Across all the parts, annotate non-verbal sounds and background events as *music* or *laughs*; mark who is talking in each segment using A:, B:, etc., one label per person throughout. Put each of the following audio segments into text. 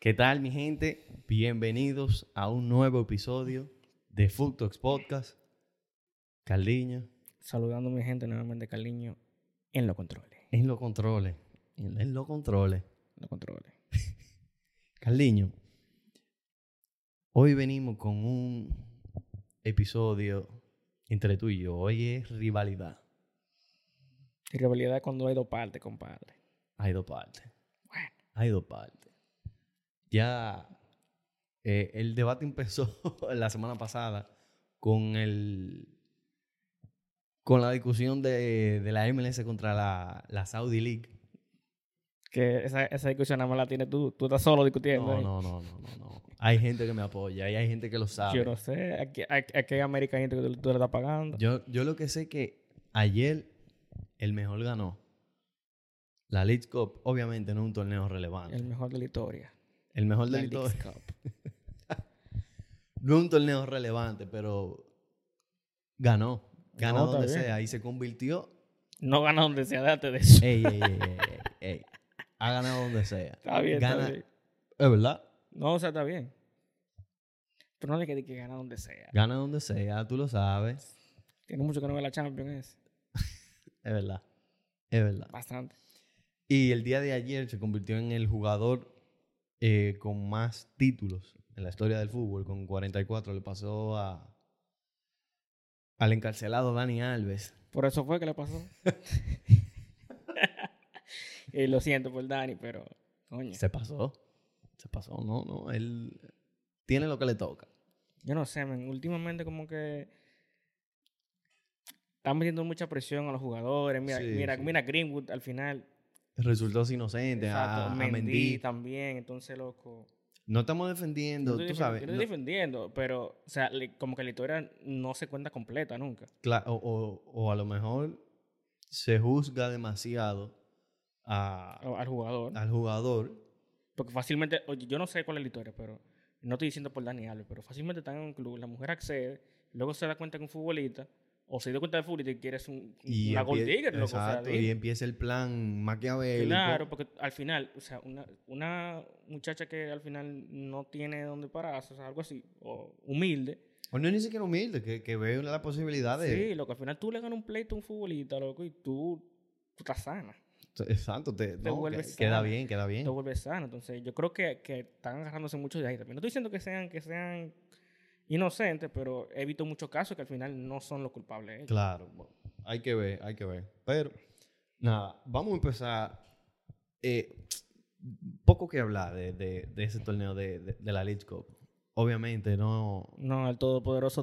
A: ¿Qué tal, mi gente? Bienvenidos a un nuevo episodio de Food Talks Podcast. Carliño,
B: Saludando a mi gente nuevamente, Carliño, en los controles.
A: en los controles. En en los controles.
B: En los controles.
A: Carliño, hoy venimos con un episodio entre tú y yo. Hoy es rivalidad.
B: Y rivalidad es cuando hay dos partes, compadre.
A: Hay dos partes.
B: Bueno.
A: Hay dos partes. Ya eh, el debate *laughs* empezó la semana pasada con el con la discusión de, de la MLS contra la, la Saudi League.
B: Que esa, esa discusión nada más la tienes tú. Tú estás solo discutiendo.
A: No,
B: ahí.
A: no, no, no, no, no. Hay gente que me apoya y hay gente que lo sabe.
B: Yo no sé. Aquí, aquí, aquí hay americanito que tú, tú le estás pagando.
A: Yo, yo lo que sé es que ayer el mejor ganó. La League Cup, obviamente, no es un torneo
B: El
A: relevante.
B: mejor de la historia.
A: El mejor
B: La
A: del todo.
B: Leagues Cup.
A: No es un torneo relevante, pero ganó. Ganó
B: No, está
A: donde
B: bien.
A: sea y se convirtió.
B: No gana donde sea, date de eso.
A: Ey, ey, ey, ey, ey, ey. Ha ganado donde sea.
B: Está bien, está
A: Gana-
B: bien.
A: Es verdad.
B: No, o sea, está bien. Pero no le quede que gana donde sea.
A: Gana donde sea, tú lo sabes.
B: Tiene mucho que no ver la Champions, es.
A: Es verdad. Es verdad.
B: Bastante.
A: Y el día de ayer se convirtió en el jugador eh, con más títulos en la historia del fútbol, con 44. Le pasó a, al encarcelado Dani Alves.
B: Por eso fue que le pasó. *laughs* y lo siento por Dani, pero. Coño.
A: Se pasó. Se pasó. No, no. Él tiene lo que le toca.
B: Yo no sé, men, últimamente como que están metiendo mucha presión a los jugadores. Mira,
A: Sí,
B: mira,
A: sí.
B: mira Greenwood al final.
A: Resultó inocente
B: Exacto,
A: a, a
B: Mendy
A: Mendy.
B: también, entonces loco.
A: No estamos
B: Yo
A: defendiendo,
B: estoy
A: tú
B: difen-
A: sabes.
B: yo estoy
A: no-
B: defendiendo, pero o sea, le- como que la historia no se cuenta completa nunca.
A: cla- o, o- o a lo mejor se juzga demasiado a-
B: a- Al jugador.
A: al jugador.
B: Porque fácilmente, oye, yo no sé cuál es la historia, pero no estoy diciendo por Dani Alves, pero fácilmente están en un club, la mujer accede, luego se da cuenta que es un futbolista, o se dio cuenta de futbolista y quieres un,
A: Y,
B: una gold
A: empie-
B: digger, loco. o sea,
A: exacto,
B: dime.
A: y empieza el plan maquiavélico.
B: Claro, porque al final, o sea, una, una muchacha que al final no tiene dónde pararse, o sea, algo así, o humilde.
A: O no es ni siquiera humilde, que, que ve la posibilidad Ah, de...
B: Sí, loco, al final tú le ganas un pleito a un futbolista, loco, y tú, tú estás sana,
A: Exacto, te, no, que-
B: vuelves
A: queda
B: sano.
A: bien, queda bien.
B: te vuelves sana. Entonces, yo creo que, que están agarrándose mucho de ahí también. No estoy diciendo que sean, que sean inocentes, pero he visto muchos casos que al final no son los culpables. ¿eh? ellos.
A: Claro, bueno, hay que ver, hay que ver. Pero, nada, vamos a empezar. eh, poco que hablar de, de- de ese torneo de, de- de la League Cup. Obviamente, no.
B: No, el todopoderoso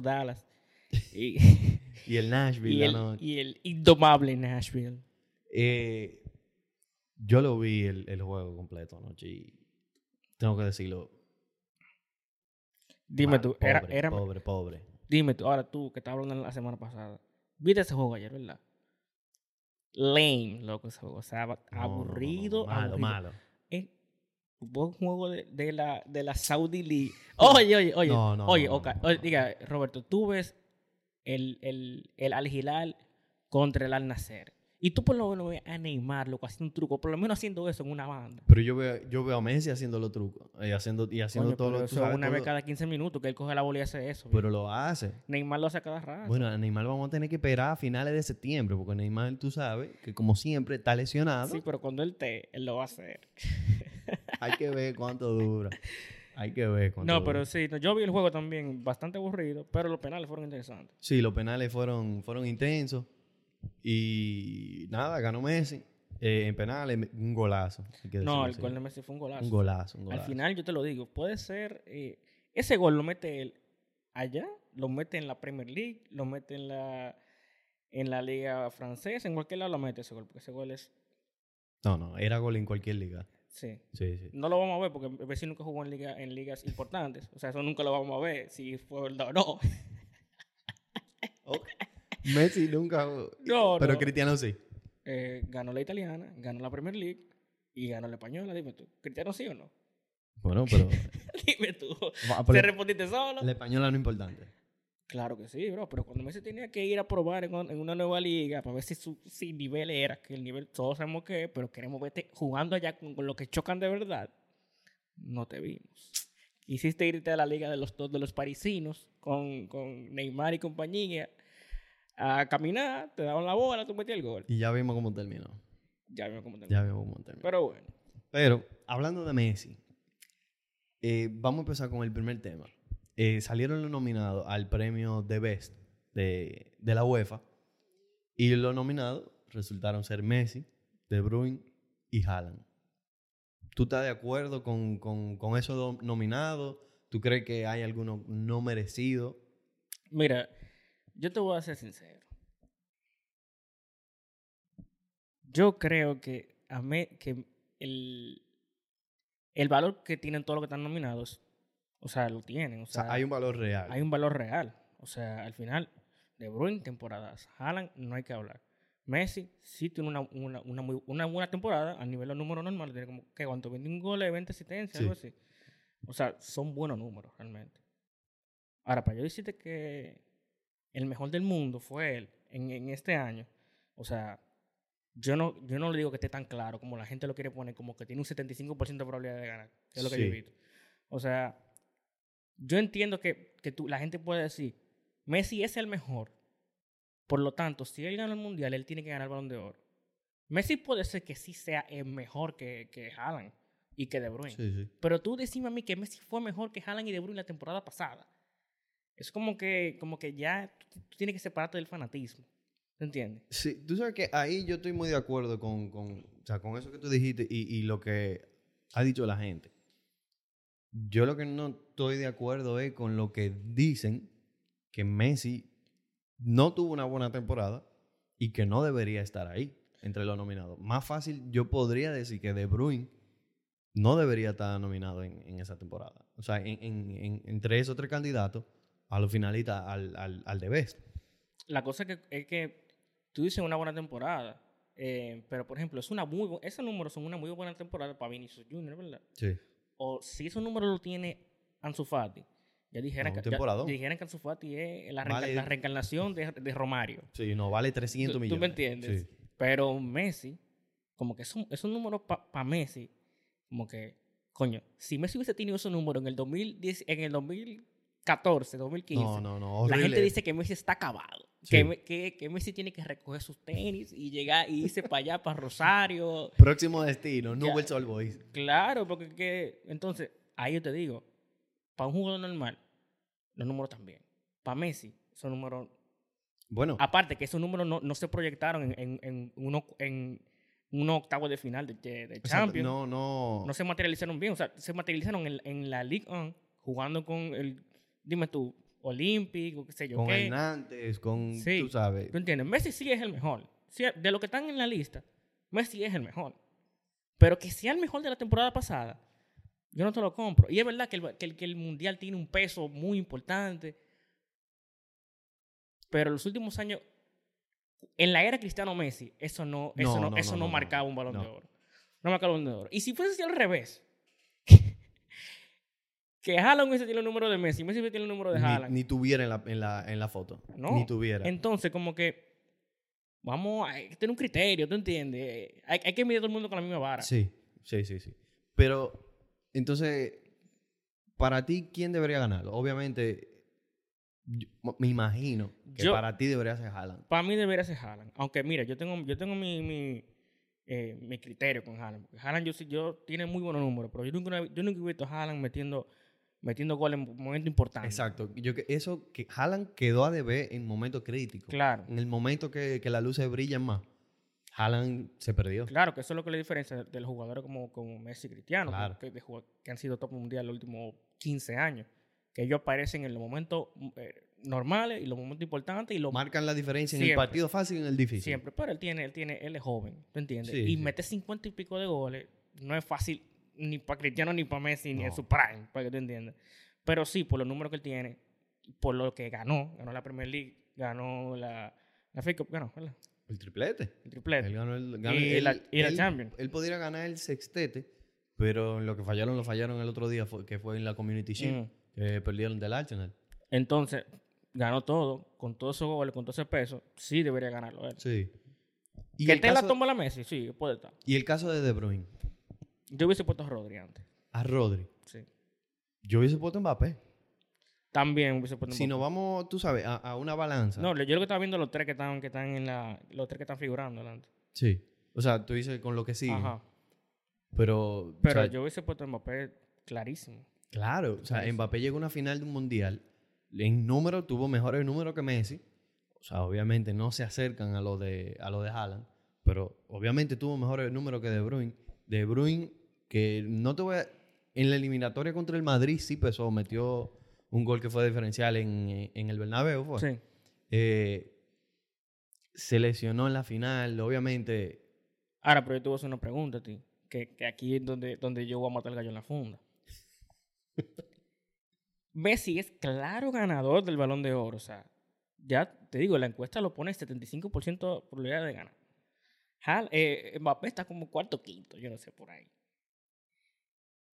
A: *laughs*
B: Dallas. Y,
A: Y el Nashville,
B: y,
A: ganó.
B: el, y el indomable Nashville.
A: Eh, yo lo vi el, el juego completo anoche y tengo que decirlo.
B: Dime
A: mal,
B: tú,
A: pobre,
B: era, era,
A: pobre, pobre.
B: Dime tú, ahora tú que estabas hablando la semana pasada. ¿Viste ese juego ayer, verdad? Lame, loco, ese juego. O sea, ab-
A: No, no, no, no,
B: aburrido,
A: malo,
B: aburrido.
A: malo.
B: Eh, fue un juego de, de la, de la Saudi League. Oye, oye, oye.
A: *laughs* No, no,
B: oye,
A: no,
B: Oca-
A: no, no,
B: oye,
A: no.
B: diga, Roberto, tú ves el, el, el Al Hilal contra el Al Nacer. Y tú por lo menos ves a Neymar, loco, haciendo un truco. Por lo menos haciendo eso en una banda.
A: Pero yo veo, yo veo a Messi haciendo los trucos eh, haciendo, y haciendo
B: Coño,
A: todo lo
B: pero
A: tú
B: eso es
A: sabes,
B: una
A: todo
B: vez
A: lo-
B: cada 15 minutos que él coge la bola y hace eso.
A: Pero lo hace.
B: Neymar lo hace cada rato.
A: Bueno, a Neymar vamos a tener que esperar a finales de septiembre, porque Neymar, tú sabes, que como siempre está lesionado.
B: sí, pero cuando él te, él lo va a hacer.
A: Hay que ver cuánto dura. Hay que ver cuánto
B: No, pero
A: dura.
B: sí, no, yo vi el juego también bastante aburrido, pero los penales fueron interesantes.
A: Sí, los penales fueron, fueron intensos. Y nada, ganó Messi. eh, en penales, un golazo. hay que decirlo
B: no, el
A: así.
B: gol de Messi fue un golazo.
A: Un golazo, un
B: Al
A: golazo.
B: final, yo te lo digo, puede ser. eh, ese gol lo mete él allá, lo mete en la Premier League, lo mete en la, en la Liga Francesa, en cualquier lado lo mete ese gol, porque ese gol es.
A: No, no, era gol en cualquier liga.
B: Sí.
A: Sí, sí.
B: No lo vamos a ver porque Messi nunca jugó en, liga, en ligas importantes. O sea, eso nunca lo vamos a ver si fue verdad o *laughs* no.
A: Oh,
B: *laughs*
A: Messi nunca. jugó.
B: No,
A: pero
B: no.
A: Cristiano sí.
B: Eh, ganó la italiana, ganó la Premier League y ganó la española. Dime tú, ¿Cristiano sí o no? *laughs*
A: Bueno, pero.
B: Dime tú.
A: va,
B: ¿Te
A: pero
B: respondiste solo?
A: la española no es importante.
B: Claro que sí, bro. Pero cuando Messi tenía que ir a probar en, un- en una nueva liga para ver si su si nivel era, que el nivel todos sabemos que es, pero queremos verte jugando allá con, con lo que chocan de verdad. no te vimos. Quisiste irte a la liga de los dos de los parisinos con, con Neymar y compañía a caminar, te daban la bola, tú metías el gol.
A: Y ya vimos cómo terminó.
B: Ya veo cómo te
A: Ya vimos cómo terminó.
B: Pero bueno,
A: Pero, hablando de Messi, eh, vamos a empezar con el primer tema. Eh, salieron los nominados al premio The Best de, de la UEFA y los nominados resultaron ser Messi, De Bruyne y Haaland. ¿Tú estás de acuerdo con, con- con esos dos nominados? ¿Tú crees que hay alguno no merecido?
B: mira, yo te voy a ser sincero. Yo creo que, a me, que el, el valor que tienen todos los que están nominados, o sea, lo tienen. O
A: O sea,
B: sea,
A: hay un valor real.
B: hay un valor real. O sea, al final, De Bruyne, temporadas. Haaland, no hay que hablar. Messi sí tiene una, una, una, muy- una buena temporada a nivel de número normal. Tiene como que cuánto, 21 goles, 20 asistencias,
A: Sí.
B: algo así. O sea, son buenos números realmente. Ahora, para yo decirte que el mejor del mundo fue él en, en este año, o sea, yo no, yo no le digo que esté tan claro como la gente lo quiere poner, como que tiene un 75% de probabilidad de ganar, que es lo que yo he
A: Sí.
B: visto. O sea, yo entiendo que, que tú, la gente puede decir, Messi es el mejor. Por lo tanto, si él gana el mundial, él tiene que ganar el balón de oro. Messi puede ser que sí sea el mejor que, que Haaland y que De Bruyne.
A: Sí, sí.
B: Pero tú decime a mí que Messi fue mejor que Haaland y De Bruyne la temporada pasada. Es como que, como que ya tú- tú tienes que separarte del fanatismo. ¿Te entiendes?
A: Sí, tú sabes que ahí yo estoy muy de acuerdo con, con, o sea, con eso que tú dijiste y, y lo que ha dicho la gente. Yo lo que no estoy de acuerdo es con lo que dicen que Messi no tuvo una buena temporada y que no debería estar ahí entre los nominados. Más fácil, yo podría decir que De Bruyne no debería estar nominado en, en esa temporada. O sea, en, en- en- entre esos tres candidatos, a los finalistas, al, al, al de Best.
B: La cosa que, es que tú dices una buena temporada. eh, pero, por ejemplo, es una muy, bu- esos números son una muy buena temporada para Vinicius Junior, ¿verdad?
A: Sí.
B: O si esos números lo tiene Ansu Fati. Ya
A: No,
B: dijeran,
A: un
B: que, ya- ya
A: temporadón.
B: dijeran que Ansu Fati es la, reenca-
A: Vale.
B: la reencarnación de, de Romario.
A: Sí, no, vale 300
B: Tú-
A: millones.
B: ¿Tú me entiendes?
A: Sí.
B: Pero Messi, como que es un, es un número para Messi, como que, coño, si Messi hubiese tenido ese número en el, 2010, en el 2014, 2015,
A: No, no, no.
B: la
A: horrible.
B: gente dice que Messi está acabado.
A: Sí.
B: Que, Me- que- que Messi tiene que recoger sus tenis y llegar y irse para allá, para Rosario.
A: Próximo destino, Newell's Old Boys.
B: Claro, porque que, entonces, ahí yo te digo, para un jugador normal, los números también. Para Messi, son números
A: Bueno,
B: Aparte que esos números no, no se proyectaron en, en, en uno, en uno octavo de final de, de, de
A: o sea,
B: Champions. No,
A: no, no.
B: se materializaron bien. O sea, se materializaron en, en la League On jugando con el, dime tú, Olympic o qué sé yo
A: con
B: qué.
A: el Nantes, con.
B: Sí.
A: Tú sabes.
B: ¿Tú entiendes? Messi sí es el mejor. Sí, de los que están en la lista, Messi es el mejor. Pero que sea el mejor de la temporada pasada, yo no te lo compro. Y es verdad que el, que el- que el Mundial tiene un peso muy importante. Pero en los últimos años, en la era Cristiano Messi, eso no, eso
A: No,
B: no,
A: no,
B: eso
A: no,
B: no
A: no,
B: marcaba un balón
A: no.
B: de oro. No marcaba un balón de oro. Y si fuese así al revés, *laughs* que Haaland hubiese tenido el número de Messi, Messi hubiese tenido el número de
A: Ni,
B: Haaland.
A: ni tuviera en la, en la, en la foto.
B: No.
A: Ni tuviera.
B: Entonces, como que vamos, hay que tener un criterio, ¿tú entiendes? Hay, hay que medir a todo el mundo con la misma vara.
A: Sí, sí, sí, sí. Pero, entonces, para ti, ¿quién debería ganarlo? Obviamente, yo- me imagino que
B: Yo-
A: para ti debería ser Haaland.
B: Para mí debería ser Haaland. Aunque mira, yo tengo, yo tengo mi, mi, eh, mi criterio con Haaland. Porque Haaland yo, sí- yo tiene muy buenos números, pero yo nunca, yo nunca he visto a Haaland metiendo, metiendo goles en momentos importantes.
A: Exacto. Yo, que- eso que Haaland quedó a deber en momentos críticos.
B: Claro.
A: En el momento que, que las luces brillan más, Haaland se perdió.
B: Claro, que eso es lo que le diferencia de los jugadores como, como Messi y Cristiano, como
A: Claro.
B: que, de jugad- que han sido top mundial los últimos 15 años. Que ellos aparecen en los momentos eh, normales y los momentos importantes y los
A: Marcan la diferencia en el
B: Siempre.
A: partido fácil y en el difícil.
B: Siempre, pero él tiene, él tiene, él es joven, ¿tú entiendes?
A: Sí,
B: y
A: sí.
B: meter 50 y pico de goles no es fácil ni para Cristiano ni para Messi ni en
A: No.
B: su prime, para que tú entiendas. Pero sí, por los números que él tiene, por lo que ganó, ganó la Premier League, ganó la, la FA Cup, ganó, ¿verdad?
A: El triplete.
B: El triplete.
A: Él ganó el. ganó-
B: Y
A: él-
B: la- y la
A: él-
B: Champions.
A: Él podría ganar el sextete, pero en lo que fallaron, lo fallaron el otro día, fue- que fue en la Community Shield.
B: Mm.
A: que perdieron del Arsenal.
B: Entonces, ganó todo, con todos esos goles, con todo ese peso, sí debería ganarlo él.
A: Sí. Y
B: que
A: el,
B: esté en la
A: caso,
B: toma la Messi, sí, puede estar.
A: y el caso de De Bruyne.
B: Yo hubiese puesto a Rodri antes.
A: a Rodri,
B: Sí.
A: yo hubiese puesto Mbappé.
B: También hubiese puesto
A: Si
B: Mbappé.
A: nos vamos, tú sabes, a, a una balanza.
B: No, yo lo que estaba viendo los tres que están, que están en la. Los tres que están figurando adelante.
A: Sí. O sea, tú dices con lo que sigue.
B: Ajá.
A: Pero,
B: Pero
A: o sea,
B: yo hubiese puesto a Mbappé clarísimo.
A: claro, o sea,
B: Clarísimo.
A: Mbappé llegó a una final de un mundial. En número tuvo mejores números que Messi. O sea, obviamente no se acercan a los de a los de Haaland, pero obviamente tuvo mejores números que De Bruyne. De Bruyne que no te voy a- en la eliminatoria contra el Madrid sí pesó, metió un gol que fue diferencial en, en el Bernabéu, fue.
B: Sí.
A: Eh, se lesionó en la final, obviamente
B: Ahora, pero yo te voy a hacer una pregunta a ti. Que, que aquí es donde, donde yo voy a matar el gallo en la funda. *laughs* Messi es claro ganador del balón de oro. O sea, ya te digo, la encuesta lo pone 75% de probabilidad de ganar. Hal- eh, Mbappé está como cuarto quinto, yo no sé por ahí.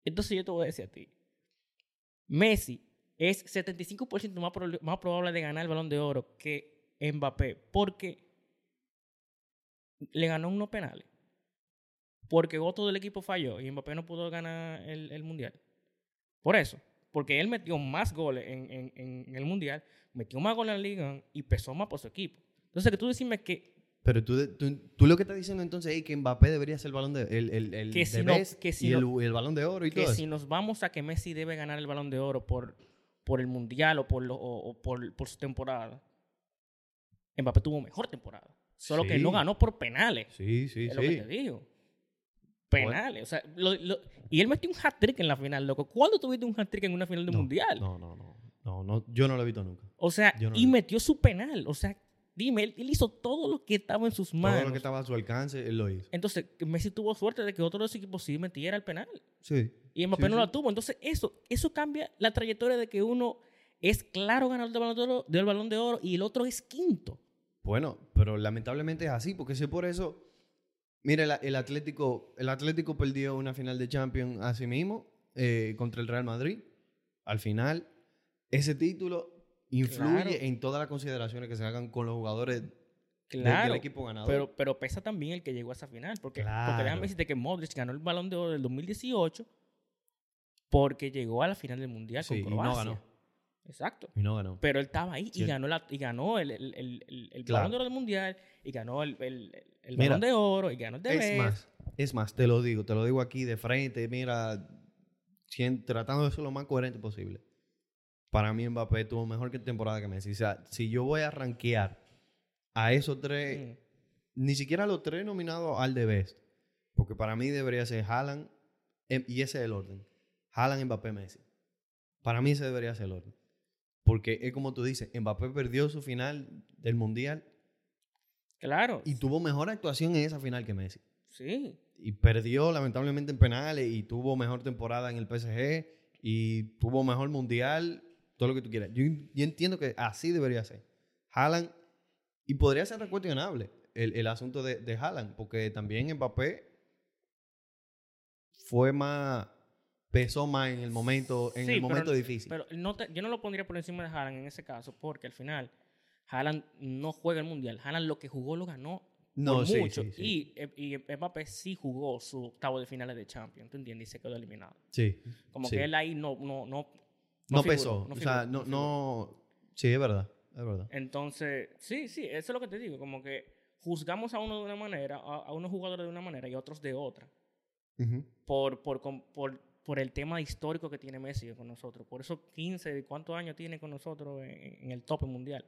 B: Entonces yo te voy a decir a ti. Messi es 75% más, prob- más probable de ganar el balón de oro que Mbappé. Porque le ganó unos penales. Porque otro del equipo falló y Mbappé no pudo ganar el, el mundial. Por eso. Porque él metió más goles en, en- en- en el mundial, metió más goles en la liga y pesó más por su equipo. Entonces, que tú decime que,
A: Pero tú, de- tú, tú lo que estás diciendo entonces es que Mbappé debería ser el balón de el, el, el
B: Que
A: de
B: si no-
A: best
B: que si
A: y el-
B: no-
A: el, balón de oro y
B: que
A: todo
B: si
A: eso.
B: nos vamos a que Messi debe ganar el balón de oro por, por el mundial o por, lo- o- o por, por su temporada, Mbappé tuvo mejor temporada. Solo que
A: Sí.
B: no ganó por penales.
A: Sí, sí,
B: es lo que
A: sí.
B: te digo. Penales. O sea, lo- lo- y él metió un hat-trick en la final, loco. ¿Cuándo tuviste un hat-trick en una final de
A: No,
B: mundial?
A: No, no, no, no, no, Yo no lo he visto nunca.
B: O sea,
A: Yo no
B: y
A: lo-
B: metió su penal. O sea, dime, él, él hizo todo lo que estaba en sus
A: Todo lo
B: manos.
A: que estaba a su alcance, él lo hizo.
B: Entonces, Messi tuvo suerte de que otro de los equipos sí metiera el penal.
A: Sí.
B: Y Mbappé
A: Sí,
B: no
A: sí.
B: la tuvo. Entonces, eso, eso cambia la trayectoria de que uno es claro ganador del balón de oro, del balón de oro y el otro es quinto.
A: Bueno, pero lamentablemente es así, porque si por eso. Mira, el, el Atlético, el Atlético perdió una final de Champions a sí mismo eh, contra el Real Madrid. Al final, ese título influye
B: Claro.
A: en todas las consideraciones que se hagan con los jugadores de-
B: Claro.
A: del equipo ganador.
B: Pero, pero pesa también el que llegó a esa final. Porque, porque
A: Claro.
B: déjame decirte que Modric ganó el balón de oro del 2018 porque llegó a la final del Mundial
A: Sí,
B: con
A: y no
B: Croacia.
A: ganó.
B: Exacto.
A: Y no ganó.
B: Pero él estaba ahí y
A: Sí.
B: ganó, la, y ganó el, el, el- el- el
A: Claro.
B: balón de oro del Mundial y ganó el, el, el- el
A: Mira,
B: balón de oro y ganó el de
A: Es
B: Best.
A: más, es más, te lo digo, te lo digo aquí de frente, mira, sien- tratando de ser lo más coherente posible. Para mí Mbappé tuvo mejor que temporada que Messi. O sea, si yo voy a rankear a esos tres,
B: Mm.
A: ni siquiera los tres nominados al de Best, porque para mí debería ser Haaland, em, y ese es el orden. Haaland, Mbappé, Messi. Para mí ese debería ser el orden. Porque es como tú dices, Mbappé perdió su final del Mundial
B: Claro.
A: y tuvo mejor actuación en esa final que Messi
B: Sí.
A: y perdió lamentablemente en penales y tuvo mejor temporada en el PSG y tuvo mejor mundial, todo lo que tú quieras. Yo, yo entiendo que así debería ser. Haaland, y podría ser cuestionable el, el asunto de, de Haaland, porque también Mbappé fue más, pesó más en el momento, en
B: Sí,
A: el
B: pero-
A: momento difícil.
B: Pero no te- yo no lo pondría por encima de Haaland en ese caso porque al final Haaland no juega el Mundial. Haaland lo que jugó lo ganó
A: no,
B: por
A: sí,
B: mucho.
A: sí, sí.
B: Y, E, y Mbappé sí jugó su octavo de finales de Champions, ¿tú entiendes? Y se quedó eliminado.
A: Sí.
B: Como
A: Sí.
B: que él ahí no... No, no,
A: No,
B: figuró,
A: pesó.
B: no
A: o sea,
B: figuró,
A: no,
B: figuró.
A: no, sí, es verdad, es verdad.
B: Entonces, sí, sí, eso es lo que te digo. Como que juzgamos a uno de una manera, a, a unos jugadores de una manera y a otros de otra.
A: Ujú.
B: Por, por, com- por, por el tema histórico que tiene Messi con nosotros. Por esos 15, ¿cuántos años tiene con nosotros en, en el tope mundial?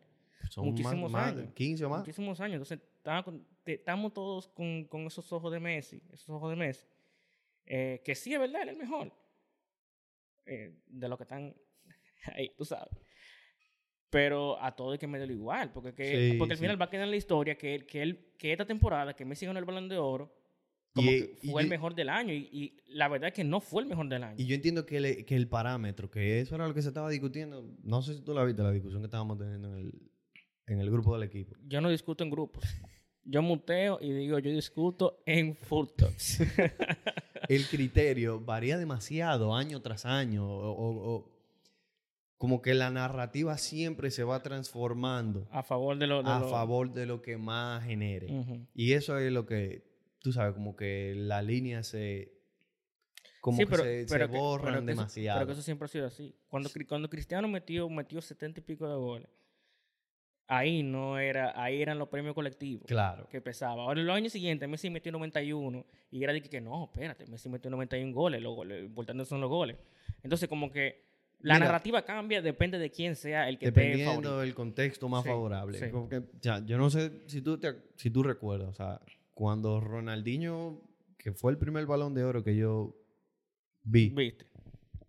A: Son más-
B: Muchísimos
A: más,
B: años.
A: 15 o más.
B: Muchísimos años. Entonces, estaba con- te- estamos todos con, con esos ojos de Messi, esos ojos de Messi. Eh, que sí, es verdad, él es el mejor. eh, de los que están *laughs* ahí, tú sabes. Pero a todo hay que medirlo igual, porque, que,
A: Sí,
B: porque al
A: sí.
B: final va a quedar en la historia que, él- que, él, que esta temporada que Messi ganó el Balón de Oro como
A: Y- e,
B: que
A: y
B: fue el
A: yo-
B: mejor del año. Y, y la verdad es que no fue el mejor del año.
A: Y yo entiendo que, le- que el parámetro, que eso era lo que se estaba discutiendo, no sé si tú la viste, la discusión que estábamos teniendo en el, en el grupo del equipo.
B: Yo no discuto en grupos. Yo muteo y digo, yo discuto en full
A: *laughs*
B: talks. *laughs*
A: El criterio varía demasiado año tras año, o, o- o como que la narrativa siempre se va transformando
B: a favor de los...
A: a favor de lo que más genere.
B: Mm.
A: Y eso es lo que, tú sabes, como que la línea se, como
B: Sí,
A: que
B: pero-
A: se, se
B: pero que-
A: borran
B: pero que eso-
A: demasiado.
B: Pero que eso siempre ha sido así. Cuando, Cri- cuando Cristiano metió, metió 70 y pico de goles, ahí no era, ahí eran los premios colectivos
A: Claro.
B: que pesaba. Ahora, en los años siguientes, Messi metió 91 y era de que, que no, espérate, Messi metió 91 goles, los goles, lo importante son los goles. Entonces, como que la
A: Mira.
B: narrativa cambia, depende de quién sea el que esté
A: Dependiendo
B: favorito.
A: del contexto más
B: Sí,
A: favorable.
B: sí.
A: Como que, o sea, yo no sé si tú, te, si tú recuerdas, o sea, cuando Ronaldinho, que fue el primer balón de oro que yo vi,
B: ¿Viste?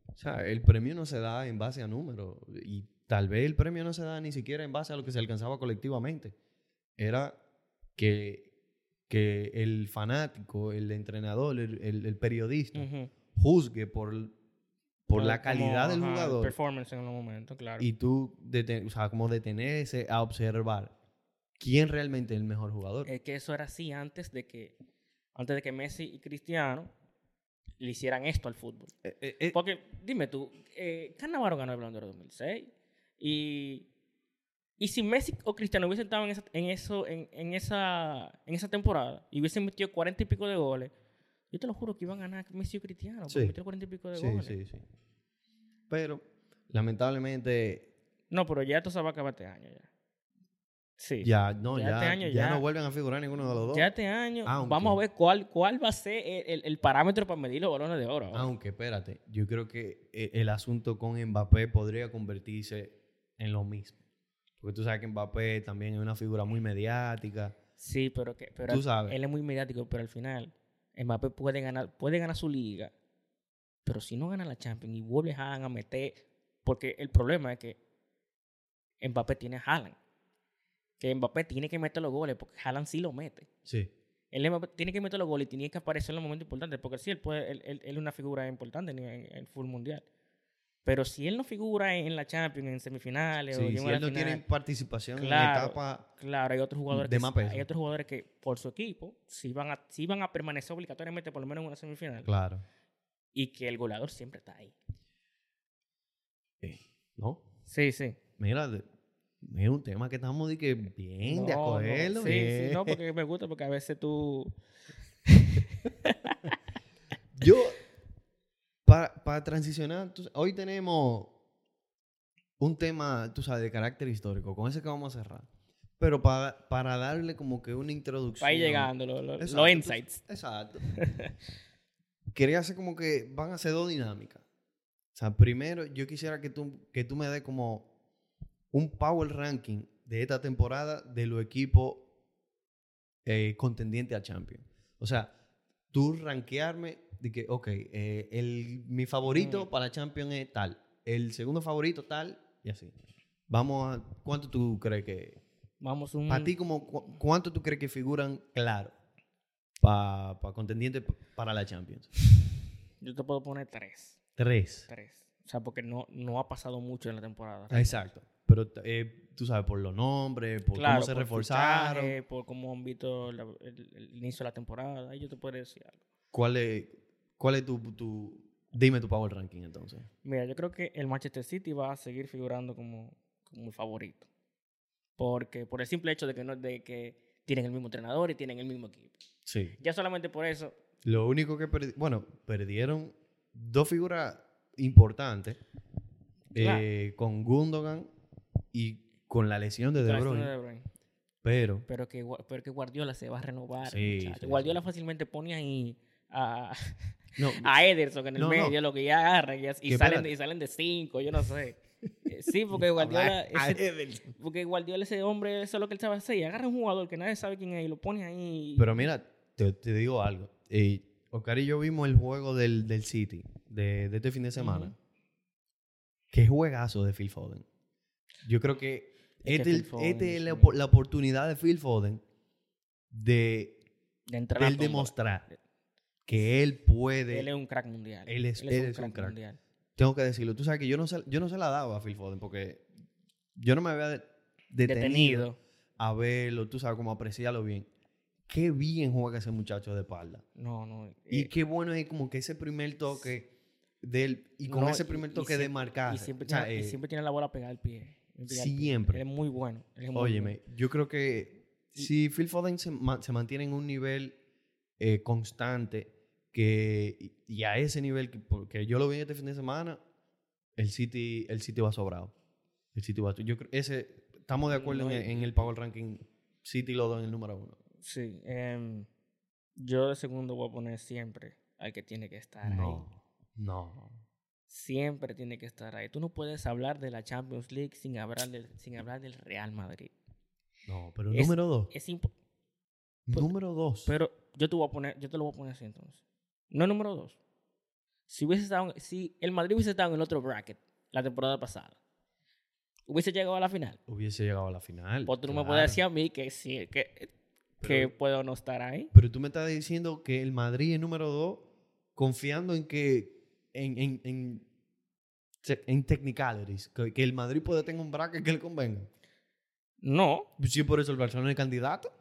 A: o sea, el premio no se da en base a números y tal vez el premio no se da ni siquiera en base a lo que se alcanzaba colectivamente. Era que, que el fanático, el entrenador, el, el- el periodista
B: Ujú.
A: juzgue por, por
B: Como-
A: la calidad
B: como,
A: del
B: ajá, el
A: jugador
B: Performance en el momento, claro.
A: y tú dete- o sea, como detenerse a observar quién realmente es el mejor jugador.
B: Es eh, que eso era así antes de que, antes de que Messi y Cristiano le hicieran esto al fútbol.
A: Eh, eh, eh,
B: Porque, dime tú, eh, Cannavaro ganó el Balón de Oro 2006 y, y si Messi o Cristiano hubiesen estado en esa, en, eso, en, en esa, en esa temporada y hubiesen metido 40 y pico de goles, yo te lo juro que iban a ganar Messi o Cristiano porque
A: Sí.
B: metieron 40 y pico de
A: sí,
B: goles.
A: sí, sí. Pero lamentablemente
B: No, pero ya esto se va a acabar este año ya. Sí.
A: ya no
B: Ya
A: ya,
B: este año
A: ya
B: ya-
A: no vuelven a figurar ninguno de los dos.
B: Ya este año
A: Aunque-
B: vamos a ver cuál, cuál va a ser el, el- el parámetro para medir los balones de oro. ahora.
A: Aunque espérate, yo creo que eh, el asunto con Mbappé podría convertirse en lo mismo. Porque tú sabes que Mbappé también es una figura muy mediática.
B: Sí, pero que pero
A: Tú
B: al-
A: sabes.
B: él es muy mediático, pero al final Mbappé puede ganar, puede ganar su liga, pero si no gana la Champions y vuelve Haaland a meter, porque el problema es que Mbappé tiene a Haaland. Que Mbappé tiene que meter los goles, porque Haaland sí lo mete.
A: Sí.
B: Él Mbappé tiene que meter los goles y tiene que aparecer en los momentos importantes, porque sí, él, puede, él, él- él es una figura importante en, en- en el fútbol mundial. Pero si él no figura en, en la Champions, en semifinales, o
A: Sí,
B: llegando
A: si
B: a la
A: él no
B: final,
A: tiene participación en la
B: Claro.
A: etapa,
B: Claro, hay otros jugadores,
A: De
B: que,
A: más
B: sí-
A: peso.
B: hay otros jugadores que por su equipo sí van, a, sí van a permanecer obligatoriamente por lo menos en una semifinal
A: claro.
B: y que el goleador siempre está ahí.
A: ¿No?
B: Sí, sí.
A: Mira, de- es un tema que estamos de que bien, de
B: No, no,
A: acuerdo.
B: sí,
A: bien. *laughs*
B: sí, no, pues. porque me gusta, porque a veces tú...
A: Yo, para, para transicionar, tú- hoy tenemos un tema, tú sabes, de carácter histórico. Con ese que vamos a cerrar. Pero para, para darle como que una introducción.
B: Vas llegando lo- lo- los
A: Exacto, tú-
B: insights. *laughs*
A: Exacto. Quería hacer como que van a ser dos dinámicas. O sea, primero yo quisiera que tú, que tú me des como un power ranking de esta temporada de los equipos eh, contendientes a Champions. O sea, tú rankearme de que, ok, eh, el, mi favorito
B: Mm.
A: para Champions es tal, el segundo favorito tal, y así. Vamos a, ¿cuánto tú crees que,
B: Vamos un...
A: para ti, como, cu- ¿cuánto tú crees que figuran claro para contendientes p- para la Champions?
B: Yo te puedo poner tres.
A: Tres.
B: Tres. O sea, porque no, no ha pasado mucho en la temporada.
A: Ah, Exacto. Pero t- eh, tú sabes, por los nombres, por
B: Claro,
A: cómo se
B: por
A: reforzaron,
B: fichaje, por cómo han visto la- el, el inicio de la temporada. Ahí yo te puedo decir algo.
A: ¿cuál es, cuál es tu, tu- Dime tu power ranking entonces.
B: Mira, yo creo que el Manchester City va a seguir figurando como, como el favorito. Porque, por el simple hecho de que, no, de que tienen el mismo entrenador y tienen el mismo equipo.
A: Sí.
B: Ya solamente por eso,
A: Lo único que perdi- Bueno, perdieron dos figuras importantes eh, con Gundogan y con la lesión de De
B: la acción
A: Bruyne.
B: de De Bruyne.
A: Pero
B: pero, que, Gua- pero que Guardiola se va a renovar.
A: Sí,
B: muchacho.
A: sí,
B: Guardiola
A: sí.
B: fácilmente pone ahí
A: *laughs*
B: a,
A: no,
B: a Ederson en el
A: No, no.
B: medio, lo que ya agarra y, as- y
A: Que
B: salen,
A: espérate.
B: de- y salen de cinco, yo
A: *laughs*
B: no sé. Eh, Sí, porque Guardiola,
A: a
B: ese-
A: Ederson.
B: porque Guardiola ese hombre, eso es lo que él sabe hacer. Y agarra un jugador que nadie sabe quién es y lo pone ahí.
A: Pero mira, te, te digo algo. Eh, Oscar y yo vimos el juego del, del City de, de este fin de semana.
B: Ujú.
A: Qué juegazo de Phil Foden. Yo creo que
B: Es
A: esta
B: que
A: es
B: Phil Foden,
A: este
B: Dios
A: es la,
B: mío.
A: opor- la oportunidad de Phil Foden de,
B: de entrar
A: de
B: a
A: él
B: tómbola.
A: demostrar que él puede.
B: Eh, Él es un crack mundial.
A: Él es- él es un crack.
B: mundial.
A: Tengo que decirlo. Tú sabes que yo no, se, yo no se la daba a Phil Foden porque yo no me había de- detenido
B: Detenido.
A: a verlo, tú sabes, como apreciarlo bien. Qué bien juega ese muchacho de espalda.
B: No, no.
A: Y
B: eh,
A: qué bueno es como que ese primer toque del y con
B: no,
A: ese
B: y-
A: primer
B: y
A: toque de
B: siempre-
A: marcar.
B: y siempre, tiene, y siempre tiene la bola pegada al pie. pegada al pie.
A: eh, Siempre.
B: Él es muy bueno. él es muy bueno.
A: óyeme, yo creo que
B: Y-
A: si Phil Foden se, ma- se mantiene en un nivel eh, constante que, y- y a ese nivel, que- porque yo lo vi este fin de semana, el City, el City va sobrado. El City va Yo creo, ese, estamos de acuerdo
B: Mm, No
A: en,
B: hay-
A: en el Power Ranking. City lo da en el número uno.
B: Sí. em, yo de segundo voy a poner siempre al que tiene que estar ahí.
A: No, no.
B: Siempre tiene que estar ahí. Tú no puedes hablar de la Champions League sin hablar del, sin hablar del Real Madrid.
A: No, pero
B: Es-
A: número dos.
B: Es impo-
A: número dos.
B: Pero yo te voy a poner, yo te lo voy a poner así entonces. No número dos. Si hubiese estado, si el Madrid hubiese estado en el otro bracket la temporada pasada, hubiese llegado a la final.
A: hubiese llegado a la final.
B: Pues tú no me
A: claro.
B: puedes decir a mí que sí, que, que
A: Pero-
B: puedo no estar ahí.
A: Pero tú me estás diciendo que el Madrid es número dos, confiando en que. en, en, en, se- en technicalities, que, que el Madrid puede tener un bracket que le convenga.
B: No,
A: Sí, por eso el Barcelona es candidato.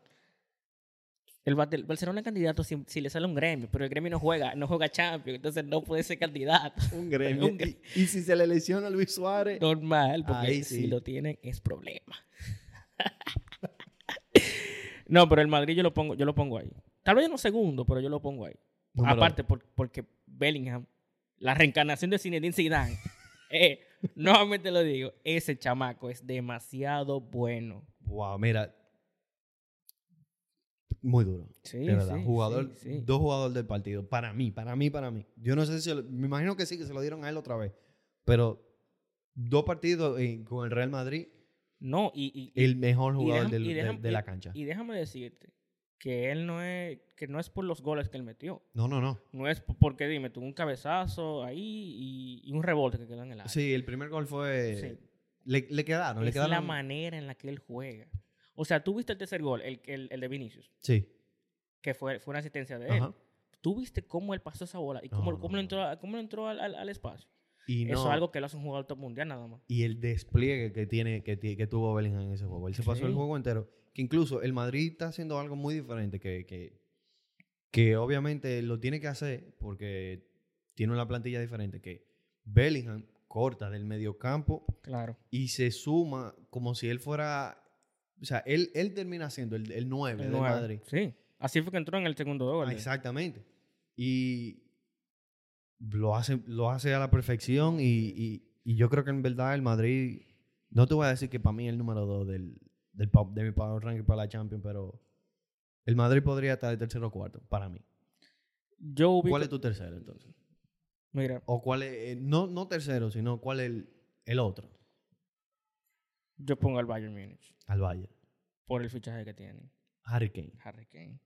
B: el Bar- el Barcelona es candidato si, si le sale un gremio, pero el gremio no juega, no juega Champions, entonces no puede ser candidato.
A: *laughs* *laughs*
B: *laughs*
A: Un
B: gremio.
A: y, y si se le lesiona a Luis Suárez.
B: Normal, porque
A: Ahí
B: si
A: sí.
B: lo tienen es problema. *laughs* no, pero el Madrid yo lo pongo, yo lo pongo ahí. Tal vez no segundo, pero yo lo pongo ahí.
A: Número-
B: Aparte por- porque Bellingham, la reencarnación de Zinedine Zidane, *laughs* eh, nuevamente lo digo, ese chamaco es demasiado bueno.
A: Wow, mira. Muy duro.
B: Sí,
A: De verdad.
B: sí,
A: Jugador,
B: sí, sí.
A: Dos jugadores del partido. Para mí, para mí, para mí. Yo no sé si. se lo- me imagino que sí, que se lo dieron a él otra vez. Pero dos partidos eh, con el Real Madrid,
B: No, y- y,
A: el mejor
B: Y
A: jugador
B: déjame-
A: del-
B: y
A: de-
B: déjame-
A: de, la cancha.
B: Y déjame decirte que él no es, que no es por los goles que él metió.
A: No, no, no.
B: No es po- porque, dime, tuvo un cabezazo ahí y, y un rebote que quedó en el área.
A: Sí, el primer gol fue.
B: Sí.
A: Le, le quedaron, le
B: es la
A: quedaron.
B: manera en la que él juega. O sea, tú viste el tercer gol, el, el, el de Vinicius,
A: Sí.
B: que fue, fue una asistencia de él.
A: Ajá.
B: Tú viste cómo él pasó esa bola y cómo,
A: No, no,
B: cómo
A: no.
B: le entró, a- cómo le entró al, al- al espacio.
A: Y no.
B: Eso es algo que lo hace un jugador top mundial nada más.
A: y el despliegue que tiene que, ti- que tuvo Bellingham en ese juego. Él se pasó el
B: Sí.
A: juego entero. Que incluso el Madrid está haciendo algo muy diferente que, que, que obviamente lo tiene que hacer porque tiene una plantilla diferente. Que Bellingham corta del mediocampo
B: Claro.
A: y se suma como si él fuera. O sea, él, él termina siendo el, el 9 del Madrid.
B: Sí. Así fue que entró en el segundo gol.
A: Ah, Exactamente. Y lo hace, lo hace a la perfección y, y- y yo creo que en verdad el Madrid, no te voy a decir que para mí es el número dos del, del, pa- de mi power ranking para la Champions, pero el Madrid podría estar de tercero o cuarto, para mí.
B: Yo ubico...
A: ¿Cuál es tu tercero entonces?
B: Mira,
A: O cuál es, eh, no, no tercero, sino cuál es el, el otro,
B: yo pongo al Bayern Múnich
A: al Bayern.
B: por el fichaje que tienen.
A: Harry Kane.
B: Harry Kane.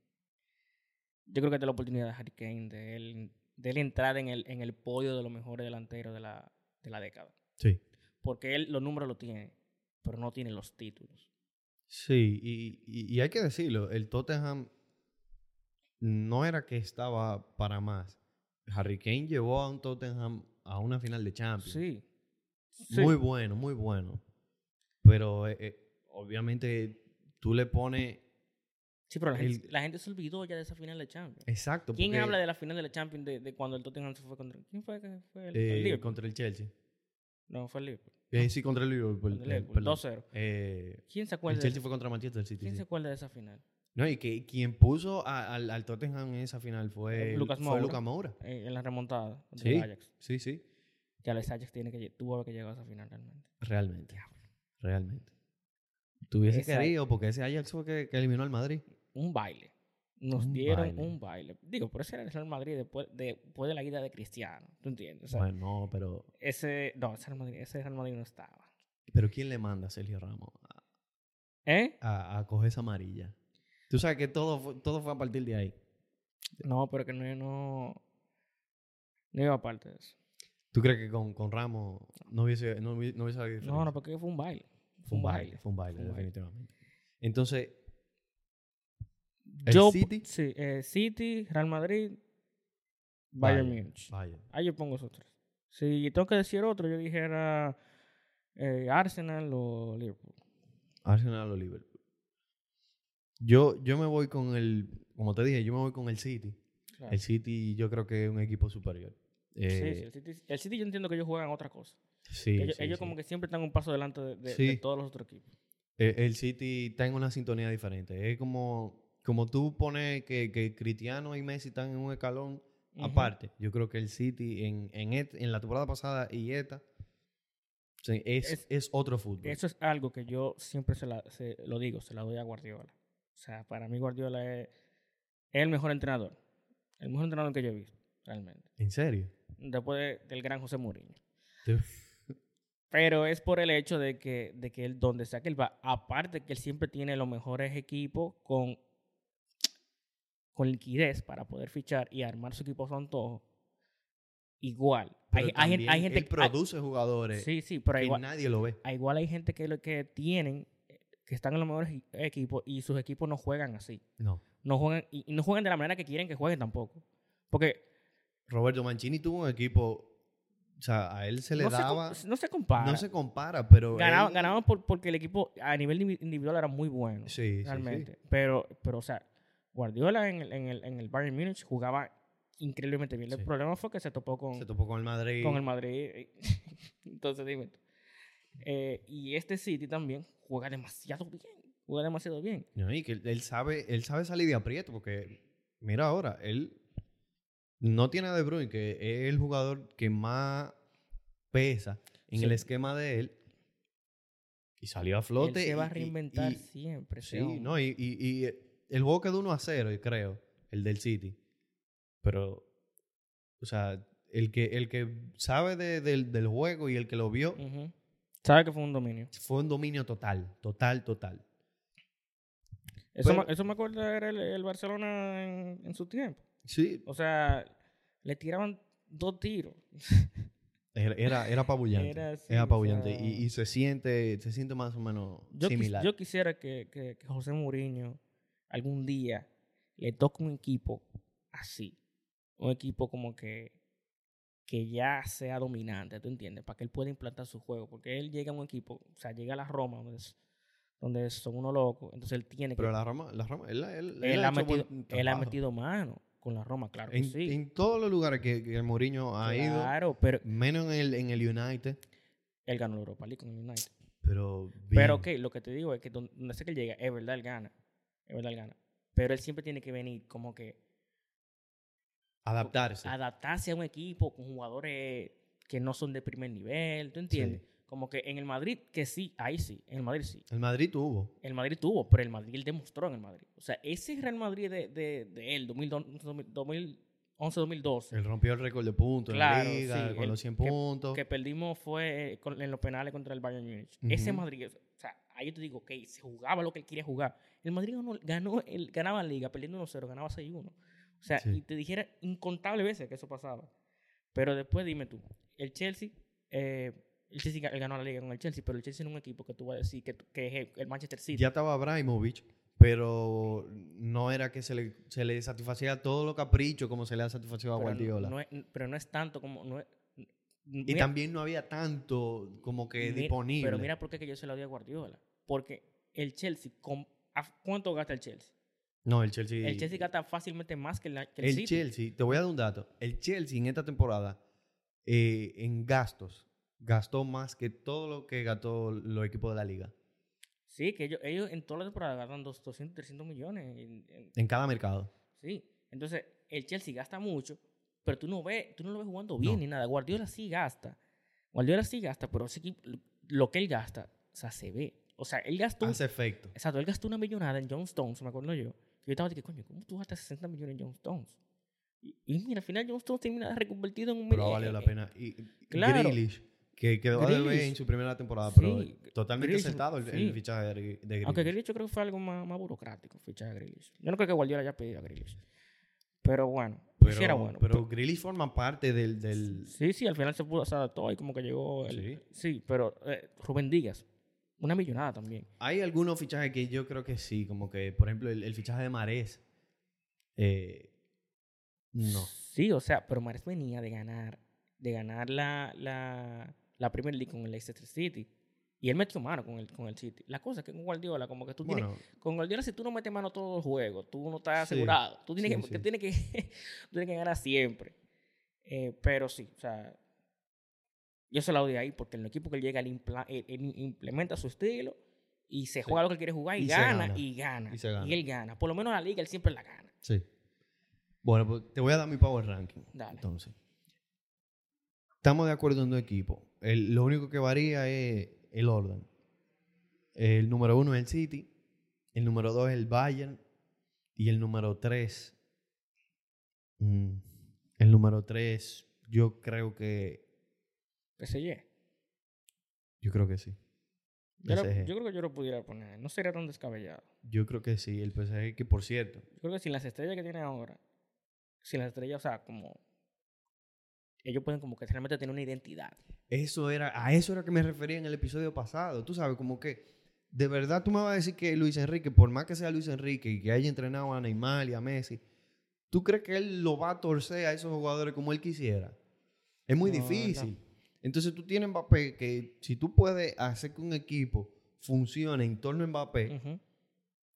B: Yo creo que esta es la oportunidad de Harry Kane de él, de él entrar en el, en el podio de los mejores delanteros de la, de la década.
A: Sí.
B: Porque él los números los tiene, pero no tiene los títulos.
A: Sí, y, y- y hay que decirlo, el Tottenham no era que estaba para más. Harry Kane llevó a un Tottenham a una final de Champions.
B: Sí.
A: Muy bueno, muy bueno. Pero eh, eh, obviamente tú le pones...
B: Sí, pero la, gente,
A: el-
B: la gente se olvidó ya de esa final de Champions.
A: Exacto.
B: ¿Quién
A: porque,
B: habla de la final de la Champions de, de cuando el Tottenham se fue contra... ¿Quién fue que fue? El, el
A: eh,
B: Liverpool.
A: contra el Chelsea?
B: No, fue el Liverpool.
A: Eh, sí, contra el Liverpool.
B: Contra el
A: eh,
B: Liverpool,
A: perdón.
B: 2-0.
A: Eh,
B: ¿Quién se
A: el
B: acuerda, de,
A: Chelsea fue contra Manchester City.
B: ¿quién
A: sí.
B: se acuerda de esa final?
A: No, y que quien puso a- al, al Tottenham en esa final fue,
B: Lucas
A: fue
B: Moura.
A: Lucas Moura.
B: Eh, en la remontada contra
A: Sí.
B: el Ajax.
A: Sí, sí.
B: Ya el Ajax tiene que, lle- tuvo que llegar a esa final realmente.
A: Realmente. Realmente. Tuviese
B: Esa-
A: querido, porque ese Ajax fue que, que eliminó al Madrid.
B: un baile. Nos
A: Un
B: dieron
A: baile.
B: un baile. Digo, por eso era el Real Madrid después de, después de la guida de Cristiano. ¿Tú entiendes? O sea,
A: bueno, no, pero,
B: ese, no, ese Real, Madrid, ese Real Madrid no estaba.
A: pero ¿quién le manda a Sergio Ramos a-
B: ¿Eh?
A: a, a coger esa amarilla? Tú sabes que todo fue, todo fue a partir de ahí.
B: No, pero que no, no, no iba aparte de eso.
A: ¿Tú crees que con, con Ramos no hubiese, no hubiese, no hubiese habido
B: No, no,
A: diferencia?
B: porque fue un baile.
A: fue un baile. Fue un baile,
B: fue un baile.
A: definitivamente. Entonces, ¿El
B: Yo,
A: City?
B: Sí, eh, City, Real Madrid,
A: Bayern.
B: Bayern Múnich.
A: vaya.
B: Ahí yo pongo esos tres. Si tengo que decir otro, yo dijera eh, Arsenal o Liverpool.
A: Arsenal o Liverpool. Yo, yo me voy con el, como te dije, yo me voy con el City.
B: Claro.
A: El City yo creo que es un equipo superior.
B: Sí,
A: Eh,
B: sí, el, City, el City yo entiendo que ellos juegan otra cosa.
A: Sí,
B: ellos
A: sí,
B: ellos
A: sí.
B: como que siempre están un paso delante de, de-
A: Sí.
B: de todos los otros equipos.
A: Eh, El City está en una sintonía diferente. Es como, como tú pones que, que Cristiano y Messi están en un escalón
B: Ujú.
A: Aparte, yo creo que el City en, en, et- en la temporada pasada y esta sí, es,
B: Es-
A: es, otro fútbol.
B: Eso es algo que yo siempre se, la- se- lo digo, se la doy a Guardiola. O sea, para mí Guardiola es, es el mejor entrenador. El mejor entrenador que yo he visto, realmente.
A: ¿En serio?
B: Después de- del gran José Mourinho.
A: Te-
B: Pero es por el hecho de que, de que él, donde sea que él va, aparte que él siempre tiene los mejores equipos con, con liquidez para poder fichar y armar su equipo a su antojo, igual.
A: Pero
B: Hay, hay gen-
A: también
B: hay gente
A: él
B: que-
A: produce
B: hay-
A: jugadores
B: sí, sí, pero
A: que
B: igual,
A: nadie lo ve.
B: a igual hay gente que, lo que tienen, eh, que están en los mejores equi- equipos y sus equipos no juegan así.
A: No.
B: No juegan, y, y no juegan de la manera que quieren que jueguen tampoco. Porque
A: Roberto Mancini tuvo un equipo, o sea, a él se le
B: no,
A: daba,
B: se, com- no se compara.
A: no se compara, pero
B: Ganaba-
A: él-
B: ganaban por- porque el equipo a nivel indivi- individual era muy bueno.
A: sí, sí,
B: realmente. Pero, pero, o sea, Guardiola en el, en el, en el Bayern Múnich jugaba increíblemente bien. El
A: Sí.
B: problema fue que se topó con,
A: sí. se topó con el Madrid.
B: con el Madrid. eh, *laughs* Entonces, dime. tú. Eh, y este City también juega demasiado bien. Juega demasiado bien.
A: No, y que él- él sabe, él sabe salir de aprieto porque mira ahora, él no tiene a De Bruyne, que es el jugador que más pesa en
B: Sí.
A: el esquema de él. Y salió a
B: Él
A: flote.
B: se va a
A: y- y-
B: reinventar
A: y-
B: siempre. ese
A: sí,
B: hombre.
A: no, y, y- y el juego quedó 1 a 0, creo, el del City. Pero, o sea, el que, el que sabe de- del, del juego y el que lo vio
B: Ujú. Sabe que fue un dominio.
A: fue un dominio total, total, total.
B: Eso,
A: Pero-
B: me, eso me acuerda era el, el Barcelona en, en su tiempo.
A: Sí,
B: O sea, le tiraban dos tiros.
A: Era, era, era apabullante.
B: Era
A: Era,
B: así, o
A: apabullante.
B: sea-
A: Y, y se siente, se siente más o menos
B: Yo, quis-
A: similar.
B: yo quisiera que, que- que José Mourinho algún día le toque un equipo así. Un equipo como que, que ya sea dominante, ¿tú entiendes? Para que él pueda implantar su juego. Porque él llega a un equipo, o sea, llega a la Roma, donde, es- donde son unos locos. Entonces él tiene que...
A: Pero la Roma, la Roma, él, él-
B: él,
A: él
B: ha
A: hecho buen
B: metido, él ha
A: trabajo.
B: metido mano con la Roma, claro que
A: En,
B: sí.
A: en todos los lugares que, que el Mourinho ha ido,
B: claro, pero
A: menos en el, en el United,
B: él ganó la Europa League con el United.
A: pero bien.
B: Pero ok, lo que te digo es que don- donde sé que él llega, es verdad, él gana. Es verdad, él gana. Pero él siempre tiene que venir como que
A: adaptarse.
B: adaptarse a un equipo con jugadores que no son de primer nivel, ¿tú entiendes? Como que en el Madrid, que sí, ahí sí, en el Madrid sí.
A: El Madrid tuvo.
B: El Madrid tuvo, pero el Madrid él demostró en el Madrid. O sea, ese Real Madrid de, de, de él, 2011-2012,
A: Él rompió el récord de puntos en
B: Claro,
A: la liga,
B: sí,
A: con
B: el-
A: los 100
B: que-
A: puntos.
B: que perdimos fue eh, con- en los penales contra el Bayern Múnich. Ese
A: Ujú.
B: Madrid, o sea, ahí yo te digo, que se jugaba lo que él quería jugar. El Madrid ganó, ganó el, ganaba la liga, perdiendo 1-0, ganaba 6-1. O sea,
A: Sí.
B: y te dijera incontables veces que eso pasaba. Pero después dime tú, el Chelsea, eh, el Chelsea ga- él ganó la liga con el Chelsea, pero el Chelsea no es un equipo que tú vas a decir que, tú- que es el- el Manchester City.
A: ya estaba Abramovich, pero no era que se le, se le satisfacía todo lo capricho como se le ha satisfacido a
B: pero, no,
A: Guardiola.
B: no es, pero no es tanto como... No es-
A: Y
B: mira-
A: también no había tanto como que
B: Mira,
A: disponible.
B: Pero mira por qué que yo se la doy a Guardiola. Porque el Chelsea, con- ¿a ¿cuánto gasta el Chelsea?
A: no, el Chelsea.
B: El Chelsea gasta fácilmente más que el, que el
A: el
B: City.
A: Chelsea, te voy a dar un dato. El Chelsea en esta temporada, eh, en gastos, gastó más que todo lo que gastó los equipos de la liga.
B: Sí, que ellos, ellos en toda la temporada gastan dos- 200, 300 millones. en- en-
A: En cada mercado.
B: sí. Entonces, el Chelsea gasta mucho, pero tú no, ves, tú no lo ves jugando bien
A: No.
B: ni nada. Guardiola sí gasta. Guardiola sí gasta, pero ese equipo- lo que él gasta, o sea, se ve. O sea, él gastó...
A: Hace efecto.
B: Exacto, él gastó una millonada en John Stones, me acuerdo yo. Yo estaba de que, coño, ¿cómo tú gastas 60 millones en John Stones? Y, y mira, al final John Stones termina reconvertido en un
A: Pero
B: millo-
A: valió la
B: eh,
A: pena. Y y
B: Claro.
A: Grealish, que quedó a deber
B: Grealish.
A: en su primera temporada,
B: Sí,
A: pero totalmente
B: Grealish,
A: aceptado el, el
B: sí.
A: fichaje de, Gre- de
B: eh. Aunque
A: Grealish.
B: Grealish yo creo que fue algo más, más burocrático, fichar a Grealish. Yo no creo que Guardiola haya pedido a Grealish. Pero bueno, pues
A: Pero,
B: sí era bueno.
A: pero Grealish forma parte del... del-
B: sí, sí, al final se pudo hacer todo y como que llegó el... Sí, pero eh, Rubén Díaz, una millonada también.
A: Hay algunos fichajes que yo creo que sí, como que, por ejemplo, el, el fichaje de Marés. eh, no.
B: Sí, o sea, pero Mares venía de ganar, de ganar la, la, la Premier League con el Leicester City. Y él metió mano con el, con el City. La cosa es que con Guardiola, como que tú tienes...
A: Bueno,
B: Con Guardiola, si tú no metes mano todo el juego, tú no estás
A: Sí,
B: asegurado. Tú tienes,
A: sí,
B: que, *laughs*
A: sí.
B: tienes, que, tú tienes que ganar siempre. Eh, pero sí, o sea... Yo se la doy ahí porque el equipo que él llega, él, impla- él- él implementa su estilo y se juega lo que él quiere jugar y,
A: Y se
B: gana,
A: gana.
B: y gana.
A: Y se gana.
B: él gana. Por lo menos la liga, él siempre la gana.
A: sí. Bueno, pues te voy a dar mi power ranking.
B: Dale.
A: Entonces, estamos de acuerdo en dos equipos. El- lo único que varía es el orden. El número uno es el City, el número dos es el Bayern y el número tres. mm, el número tres, yo creo que.
B: PSG.
A: Yo creo que sí.
B: Yo, lo-
A: PSG.
B: yo creo que yo lo pudiera poner. No sería tan descabellado.
A: Yo creo que sí. El PSG, que por cierto,
B: Yo creo que sin las estrellas que tiene ahora, sin las estrellas, o sea, como. Ellos pueden, como que realmente tener una identidad.
A: Eso era, a eso era que me refería en el episodio pasado. Tú sabes, como que de verdad tú me vas a decir que Luis Enrique, por más que sea Luis Enrique y que haya entrenado a Neymar y a Messi, ¿tú crees que él lo va a torcer a esos jugadores como él quisiera? Es muy
B: No,
A: difícil.
B: no.
A: Entonces tú tienes Mbappé que si tú puedes hacer que un equipo funcione en torno a Mbappé,
B: Ujú.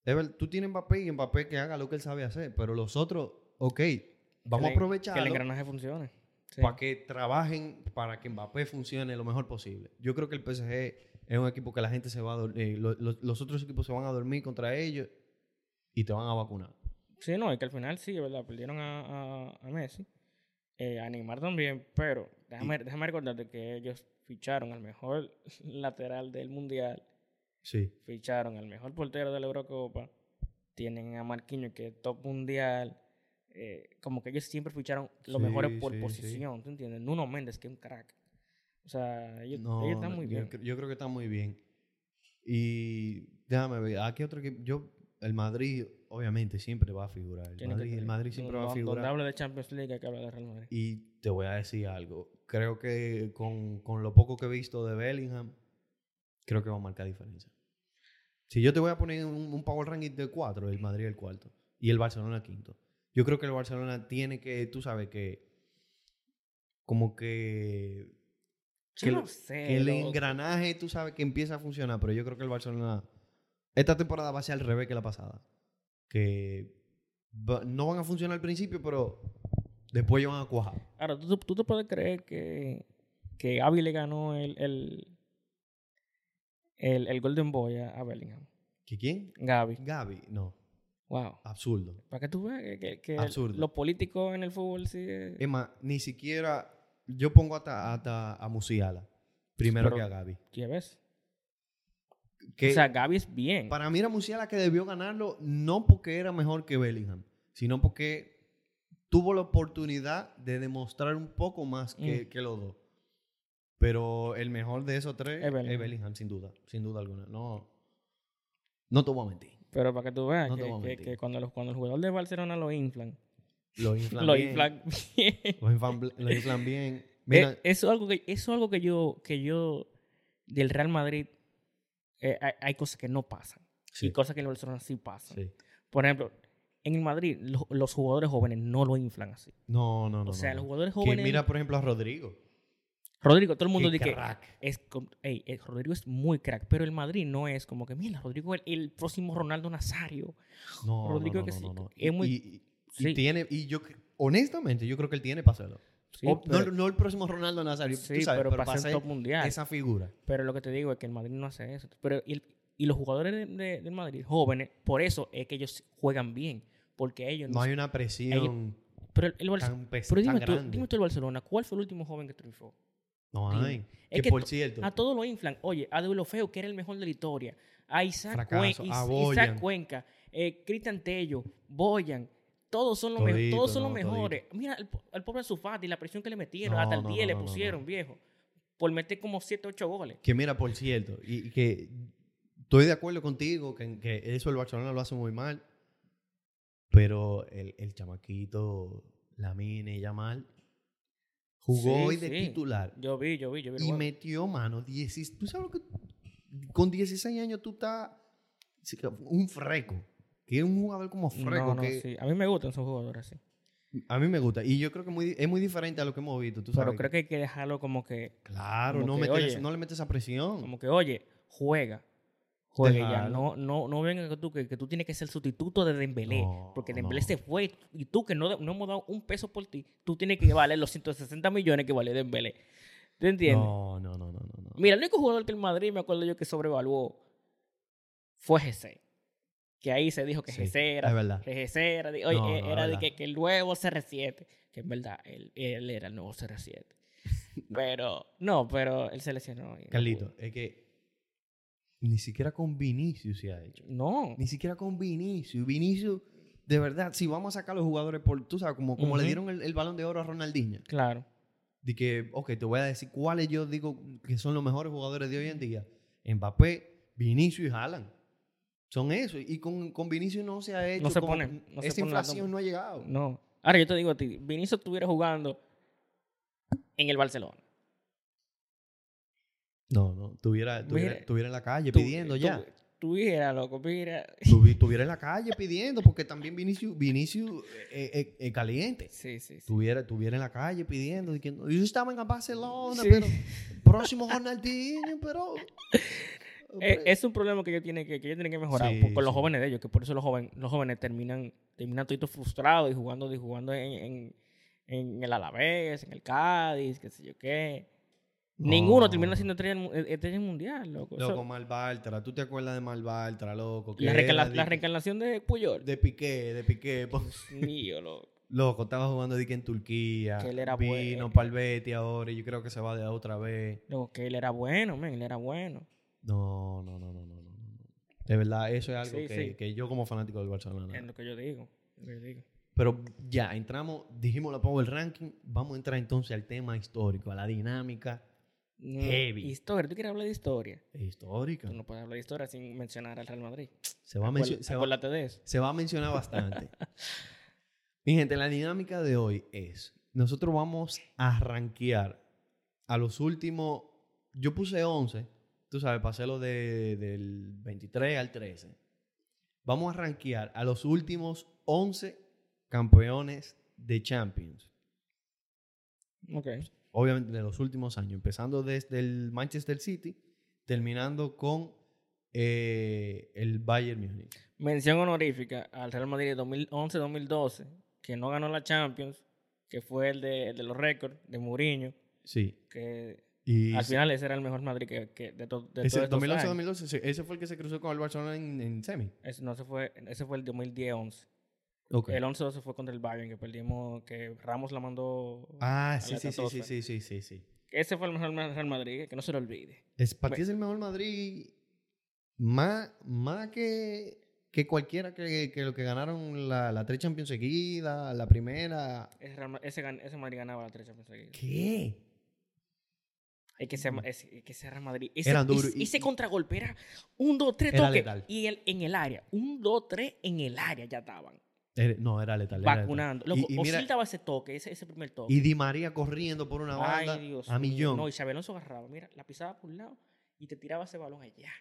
A: es ver- tú tienes Mbappé y Mbappé que haga lo que él sabe hacer, pero los otros, ok,
B: Que
A: vamos
B: le-
A: a aprovechar
B: Que el engranaje funcione. Sí.
A: para que trabajen para que Mbappé funcione lo mejor posible. Yo creo que el PSG es un equipo que la gente se va a dormir, los otros equipos se van a dormir contra ellos y te van a vacunar.
B: Sí, no, y que al final sí, es ¿verdad? Perdieron a, a, a Messi. Eh, a Neymar también, pero déjame, déjame recordarte que ellos ficharon al mejor *laughs* lateral del Mundial,
A: Sí.
B: ficharon al mejor portero de la Eurocopa, tienen a Marquinhos que es top mundial. eh, como que ellos siempre ficharon los
A: Sí,
B: mejores por
A: sí, sí.
B: posición, ¿tú entiendes? Nuno Méndez, que es un crack. O sea, ellos, ellos están muy
A: yo,
B: bien.
A: cre- Yo creo que están muy bien. Y déjame ver, aquí otro equipo, yo el Madrid obviamente siempre va a figurar. El
B: Tienen que
A: Madrid, el
B: tener-
A: Madrid siempre
B: donde-
A: va a
B: Donde
A: figurar.
B: habla de Champions League hay que hablar de Real Madrid.
A: Y te voy a decir algo. Creo que con, con lo poco que he visto de Bellingham, creo que va a marcar diferencia. Si yo te voy a poner un, un power ranking de cuatro, el Madrid el cuarto y el Barcelona quinto. Yo creo que el Barcelona tiene que, tú sabes que, como que,
B: Yo
A: que
B: no
A: el-
B: sé,
A: que el
B: loco.
A: engranaje, tú sabes que empieza a funcionar, pero yo creo que el Barcelona, esta temporada va a ser al revés que la pasada. Que va- no van a funcionar al principio, pero después ellos van a cuajar.
B: Ahora, ¿tú, tú te puedes creer que, que Gaby le ganó el, el, el, el Golden Boy a, a Bellingham?
A: ¿Que quién?
B: Gaby.
A: Gaby, no,
B: Wow.
A: absurdo.
B: Para que tú veas que, que- que el-
A: Absurdo.
B: los políticos en el fútbol sí... eh,
A: Es más, ni siquiera yo pongo hasta, hasta a Musiala primero
B: Pero-
A: que a Gaby.
B: ya ves.
A: Que
B: o sea, Gaby es bien.
A: para mí era Musiala que debió ganarlo no porque era mejor que Bellingham, sino porque tuvo la oportunidad de demostrar un poco más que,
B: Mm.
A: que los dos. Pero el mejor de esos tres
B: Es
A: es Bellingham,
B: Bellingham.
A: sin duda, sin duda alguna. No, no te voy a mentir.
B: Pero para que tú veas
A: No te
B: que,
A: voy a
B: que-
A: mentir.
B: que cuando, los, cuando el jugador de Barcelona lo inflan, *laughs*
A: Lo inflan
B: lo
A: bien.
B: inflan bien.
A: Lo inflan, lo inflan
B: *laughs*
A: bien. Mira,
B: Eh, eso es algo que eso es algo que yo que yo del Real Madrid eh, hay, hay cosas que no pasan
A: Sí.
B: y cosas que en el Barcelona sí pasan.
A: sí.
B: Por ejemplo, en el Madrid lo- los jugadores jóvenes no lo inflan así.
A: No, no, no.
B: o
A: no,
B: sea,
A: no.
B: los jugadores
A: Que
B: jóvenes
A: mira, por ejemplo, a Rodrigo.
B: Rodrigo, todo el mundo
A: Qué
B: dice que
A: crack.
B: es com- ey, el Rodrigo es muy crack, pero el Madrid no es como que mira, Rodrigo el, el próximo Ronaldo Nazario.
A: No, no,
B: Rodrigo
A: no,
B: que
A: no,
B: sí,
A: no, no.
B: es
A: Y-
B: muy-
A: y, y
B: Sí,
A: tiene, y yo, cre- honestamente, yo creo que él tiene para hacerlo.
B: sí,
A: O- Oh, no,
B: pero,
A: no el próximo Ronaldo Nazario, tú
B: sí,
A: sabes,
B: pero
A: pero
B: para ser top mundial.
A: esa figura.
B: Pero lo que te digo es que el Madrid no hace eso. Pero y, el- y los jugadores de- de- del Madrid, jóvenes, por eso es que ellos juegan bien. Porque ellos
A: No hay una presión
B: Pero el, el Barce-
A: tan, pes-
B: pero
A: tan
B: dime tú,
A: grande.
B: dime tú el Barcelona, ¿cuál fue el último joven que triunfó?
A: no
B: dime.
A: hay.
B: Es
A: que,
B: que
A: por
B: to-
A: cierto,
B: A todos lo inflan. Oye, a Deulofeo, que era el mejor de la historia. A Isaac, Cuen-
A: Fracaso,
B: Is-
A: a
B: Isaac
A: Boyan.
B: Cuenca, eh, Cristian Tello, Boyan. Todos son los,
A: Todito,
B: mejo- todos son los
A: no,
B: mejores. Mira al, po- al pobre Sufati, la presión que le metieron.
A: No,
B: hasta el
A: no,
B: 10
A: no,
B: le
A: no, no, no.
B: pusieron, viejo. Por meter como 7, 8 goles.
A: que mira, por cierto, y, y que estoy de acuerdo contigo que, que eso el Barcelona lo hace muy mal, pero el, el chamaquito, Lamine y Yamal, jugó
B: Sí,
A: hoy de
B: sí.
A: titular.
B: Yo vi, yo vi, yo vi. el
A: Y
B: juego.
A: metió mano. 16 ¿Tú sabes lo que.? Con 16 años tú estás. sí que Un freco. Que es un jugador como freco.
B: No, no,
A: que
B: sí. A mí me gustan esos jugadores así.
A: A mí me gusta. Y yo creo que muy- es muy diferente a lo que hemos visto. Tú
B: Pero
A: sabes.
B: creo que hay que dejarlo como que,
A: Claro,
B: como
A: no,
B: que,
A: meterle-
B: oye,
A: no le metes esa presión.
B: como que, oye, juega. Juega y ya.
A: Déjalo.
B: No, no, no venga que tú, que, que tú tienes que ser sustituto de Dembélé.
A: No,
B: porque Dembélé
A: no.
B: se fue y tú que no, no hemos dado un peso por ti, tú tienes que valer los 160 millones que vale Dembélé. ¿Tú entiendes?
A: no, no, no, no, no, no.
B: Mira, el único jugador que el Madrid, me acuerdo yo, que sobrevaluó fue Jesse. que ahí se dijo que
A: Sí,
B: Gesera,
A: es verdad.
B: Gesera, di- oye,
A: No,
B: eh,
A: no, es
B: era de
A: verdad.
B: que, que el nuevo CR7, que en verdad él, él era el nuevo CR7.
A: *laughs*
B: pero, no, pero él se lesionó. y no
A: Carlito, es que ni siquiera con Vinicius se ha hecho.
B: pudo. No.
A: Ni siquiera con Vinicius. Vinicius, de verdad, si vamos a sacar a los jugadores por, tú sabes, como, como le
B: Ujú.
A: dieron el, el balón de oro a Ronaldinho.
B: Claro.
A: De que, ok, te voy a decir cuáles yo digo que son los mejores jugadores de hoy en día. Mbappé, Vinicius y Haaland. Son eso. Y con, con Vinicius no se ha hecho.
B: se
A: como-
B: pone, no se
A: esa
B: pone la
A: inflación
B: toma.
A: no ha llegado.
B: No. Ahora yo te digo a ti, Vinicius estuviera jugando en el Barcelona.
A: No, no. Tuviera, tuviera,
B: Mira,
A: tuviera en la calle
B: Tu-
A: pidiendo
B: tu-
A: ya.
B: Tuviera, loco, mira.
A: Tuvi- tuviera en la calle pidiendo, porque también Vinicius, Vinicius eh, eh, eh, caliente.
B: Sí, sí, sí.
A: Tuviera, tuviera en la calle pidiendo. de que, no, yo estaba en Barcelona,
B: Sí.
A: pero próximo Ronaldinho, pero...
B: Eh, es un problema que ellos tienen que, que, ellos tienen que mejorar
A: Sí,
B: por- con los
A: sí.
B: jóvenes de ellos, que por eso los, jóvenes los jóvenes terminan, terminan toditos frustrados y jugando, y jugando en, en, en el Alavés, en el Cádiz, qué sé yo qué. Ninguno
A: No.
B: termina siendo estrella, del mu- eh, estrella del mundial, loco. Eso-
A: Loco, Malbaltra. ¿Tú te acuerdas de Malbaltra, loco? Que
B: la,
A: era
B: reencarna-
A: de
B: la
A: que-
B: reencarnación de
A: *laughs*
B: Puyol.
A: De Piqué, de Piqué. po-
B: Dios mío, loco.
A: Loco, estaba jugando de que en Turquía.
B: Que él era
A: Vino
B: bueno.
A: para el Betis ahora y yo creo que se va de otra vez.
B: Loco, que él era bueno, men, él era bueno.
A: No, no, no, no, no. no, no. De verdad, eso es algo
B: Sí,
A: que,
B: sí.
A: que yo como fanático del Barcelona.
B: Es lo que yo digo. lo que yo digo.
A: Pero ya, entramos, dijimos la Power Ranking. Vamos a entrar entonces al tema histórico, a la dinámica
B: No,
A: Heavy.
B: Historia, tú quieres hablar de historia.
A: histórica.
B: Tú no puedes hablar de historia sin mencionar al Real Madrid.
A: Se va a mencio-
B: Acuérdate,
A: se va-
B: acuérdate de eso.
A: se va a mencionar bastante.
B: *laughs*
A: Mi gente, la dinámica de hoy es, nosotros vamos a rankear a los últimos, yo puse 11, tú sabes, pasé lo de- del 23 al 13. Vamos a rankear a los últimos 11 campeones de Champions.
B: Ok.
A: Obviamente de los últimos años, empezando desde el Manchester City, terminando con eh, el Bayern Múnich.
B: Mención honorífica al Real Madrid de 2011-2012, que no ganó la Champions, que fue el de, el de los récords de Mourinho,
A: Sí.
B: que
A: Y
B: al
A: se-
B: final ese era el mejor Madrid que, que de, to- de
A: Ese
B: todos estos años.
A: 2011-2012, sí, ese fue el que se cruzó con el Barcelona en, en semi.
B: Ese, no, ese fue, ese fue el 2010-11.
A: Ok.
B: El 11-12 fue contra el Bayern, que perdimos, que Ramos la mandó.
A: Ah,
B: a
A: sí, sí,
B: la
A: sí, sí,
B: estratosfera.
A: sí, sí, sí, sí.
B: Ese fue el mejor Real Madrid, que no se lo olvide.
A: Es, para ti es el mejor Madrid más, más que, que cualquiera que, que lo que ganaron la, la tres Champions seguida, la primera.
B: Ese, Real Ma- ese, gan- ese Madrid ganaba la tres Champions seguidas.
A: ¿Qué?
B: Es que ese, es, es que ese Real Madrid. Ese,
A: Eran duros
B: ese,
A: y-
B: ese contragolpe era un 2-3
A: Era
B: toque.
A: letal.
B: Y el, en el área. Un 2-3 en el área ya estaban.
A: Era- no, era letal. era letal.
B: vacunando.
A: Y-
B: Loco,
A: y,
B: Ozil
A: mira,
B: daba ese toque, ese, ese primer toque.
A: y Di María corriendo por una banda a
B: mío.
A: millón.
B: No, y Xabi Alonso agarraba. Mira, la pisaba por un lado y te tiraba ese balón allá.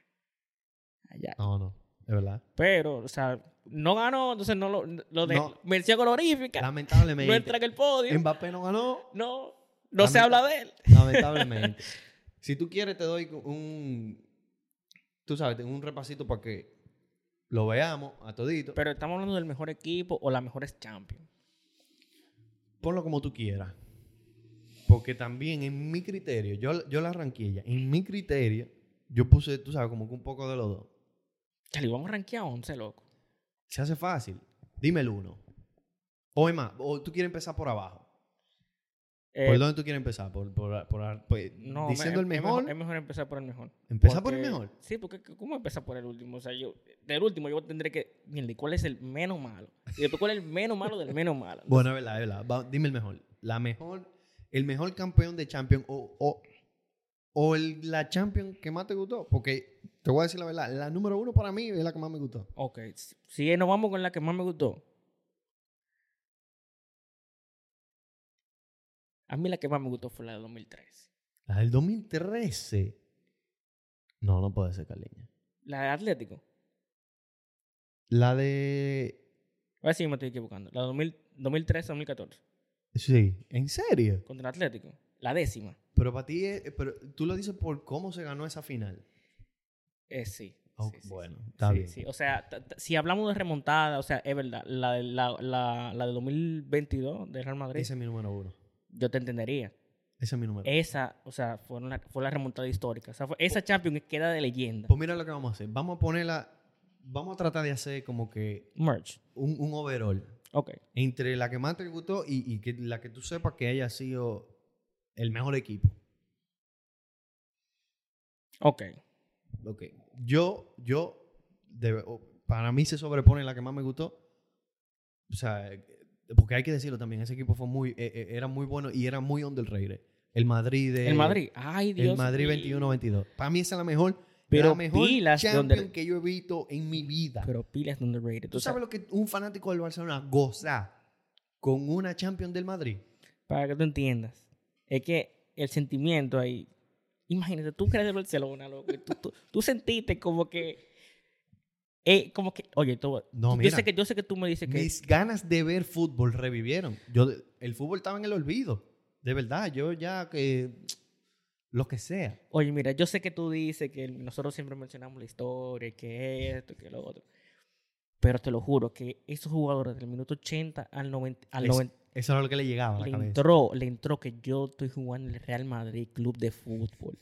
B: Allá.
A: No, no, es verdad.
B: Pero, o sea, no ganó, entonces no lo, lo de
A: No.
B: mención honorífica. No
A: Lamentablemente.
B: entra en el podio.
A: Mbappé no ganó.
B: No, no se
A: Lamenta-
B: habla de él.
A: Lamentablemente. si tú quieres, te doy un. Tú sabes, un repasito para que lo veamos a todito.
B: Pero estamos hablando del mejor equipo o la mejor Champions.
A: Ponlo como tú quieras. Porque también en mi criterio, yo, yo la arranqué ya. En mi criterio, yo puse, tú sabes, como que un poco de los dos.
B: Chale, vamos a rankear 11, loco.
A: Se hace fácil. Dime el uno. O es más, o tú quieres empezar por abajo.
B: Eh,
A: ¿Por dónde tú quieres empezar? Por, por- por- por-
B: no,
A: Pues diciendo
B: me-
A: el
B: em, es- es
A: mejor.
B: Es mejor empezar por el mejor.
A: Empezar por el
B: Porque-
A: mejor.
B: Sí, porque c- ¿cómo empezar por el último? O sea, yo, del último yo tendré que, mierda, ¿y ¿cuál es el menos malo? Y después, ¿cuál es el menos malo del
A: *laughs*
B: menos malo?
A: Bueno, es verdad, es verdad. Va, dime el mejor. La mejor, el mejor campeón de Champions o, o, o el- la Champions que más te gustó. Porque te voy a decir la verdad, la número uno para mí es la que más me gustó.
B: Ok, si- si nos vamos con la que más me gustó. A mí la que más me gustó fue la de 2013.
A: La del 2013. No, no puede ser, Caliña.
B: La de Atlético.
A: La de...
B: A ver si yo me estoy equivocando. La de 2013-2014.
A: Sí, en serio.
B: Contra el Atlético. La décima.
A: Pero para ti, es- pero tú lo dices por cómo se ganó esa final.
B: Eh, sí.
A: Oh,
B: sí, sí,
A: bueno,
B: sí.
A: está
B: Sí,
A: bien.
B: sí. O sea, ta- ta- si hablamos de remontada, o sea, es verdad, la, de- la, la, la de 2022 del Real Madrid,
A: Ese es mi número uno.
B: yo te entendería.
A: Ese es mi número
B: Esa, o sea, fue, una- fue la remontada histórica. O sea, fue- esa Champions queda de leyenda.
A: Pues mira lo que vamos a hacer. Vamos a ponerla Vamos a tratar de hacer como que
B: Merch.
A: un, un overall
B: Ok.
A: entre la que más te gustó y, y que, la que tú sepas que haya sido el mejor equipo.
B: Ok.
A: Ok. Yo, yo, de- o- para mí se sobrepone la que más me gustó. O sea, eh, porque hay que decirlo también, ese equipo fue muy, eh, eh, era muy bueno y era muy underrated. El Madrid de...
B: el Madrid. Ay, Dios.
A: Eh, El Madrid
B: mío.
A: 21-22. Para mí esa es la mejor,
B: Pero
A: la mejor
B: pilas
A: champion
B: donde-
A: que yo he visto en mi vida.
B: Pero pilas de underrated.
A: ¿Tú
B: O sea,
A: sabes lo que un fanático del Barcelona goza con una champion del Madrid?
B: para que tú entiendas. Es que el sentimiento ahí. Imagínate, tú crees de Barcelona, loco. y Tú, tú, tú sentiste como que. eh, como que. Oye, tú.
A: No,
B: yo
A: mira.
B: Sé que, yo sé que tú me dices que.
A: Mis ganas de ver fútbol revivieron. Yo, el fútbol estaba en el olvido. De verdad, yo ya que. Lo que sea.
B: Oye, mira, yo sé que tú dices que nosotros siempre mencionamos la historia, que esto, que lo otro. Pero te lo juro que esos jugadores del minuto 80 al 90, al
A: Es-
B: 90
A: Eso era lo que le llegaba a la
B: le
A: cabeza.
B: entró, le entró que yo estoy jugando en el Real Madrid Club
A: *laughs*
B: de Fútbol.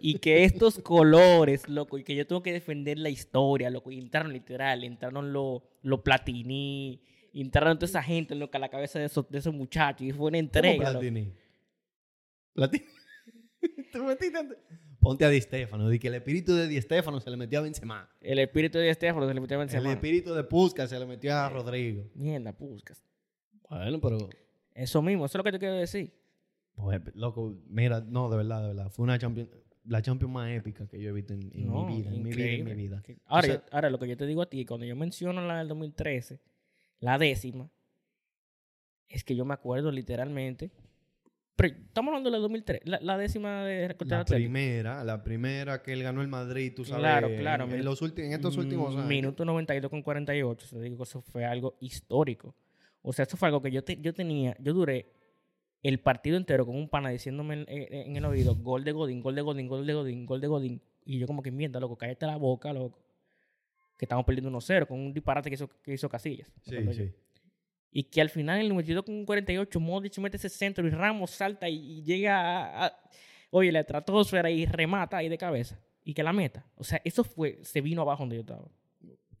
B: y que estos colores, loco, y que yo tengo que defender la historia, loco. Y entraron literal, entraron los lo Platini, entraron toda esa gente, loco, a la cabeza de esos, de esos muchachos. Y fue una
A: ¿Cómo
B: entrega. loco.
A: Platini? *laughs* Platini. Te metiste antes. Ponte a Di Stefano. Di que el espíritu de Di Stefano se le metió a Benzema.
B: El espíritu de Estefano se le metió a
A: El
B: Benzema.
A: espíritu de Puskas se le metió a Rodrigo.
B: Mierda, buscas.
A: Bueno, pero.
B: Eso mismo, eso es lo que te quiero decir.
A: Pues, loco, mira, no, de verdad, de verdad. Fue una champion, la champion más épica que yo he visto en, en
B: No,
A: mi vida. En mi vida, en mi
B: increíble.
A: vida.
B: Que- Ahora,
A: O sea-
B: yo- ahora lo que yo te digo a ti, cuando yo menciono la del 2013, la décima, es que yo me acuerdo literalmente. Pero estamos hablando de la 2003, la, la décima de recortar
A: La
B: Atlético.
A: primera, la primera que él ganó el Madrid, tú sabes.
B: Claro, claro,
A: En,
B: mira.
A: los últimos, en estos últimos años.
B: Minuto 92 con 48. Te digo que eso fue algo histórico. O sea, eso fue algo que yo, te- yo tenía, yo duré el partido entero con un pana diciéndome en, en- en el oído, gol de Godín, gol de Godín, gol de Godín, gol de Godín. Y yo como que mierda, loco, cállate la boca, loco. Que estamos perdiendo 1-0 con un disparate que hizo, que hizo Casillas. me
A: Sí,
B: acuerdo yo.
A: sí.
B: Y que al final en el 92 con 48, Modric mete ese centro y Ramos salta y, y llega a, a- Oye, la estratosfera y remata ahí de cabeza. Y que la meta. O sea, eso fue... Se vino abajo donde yo estaba.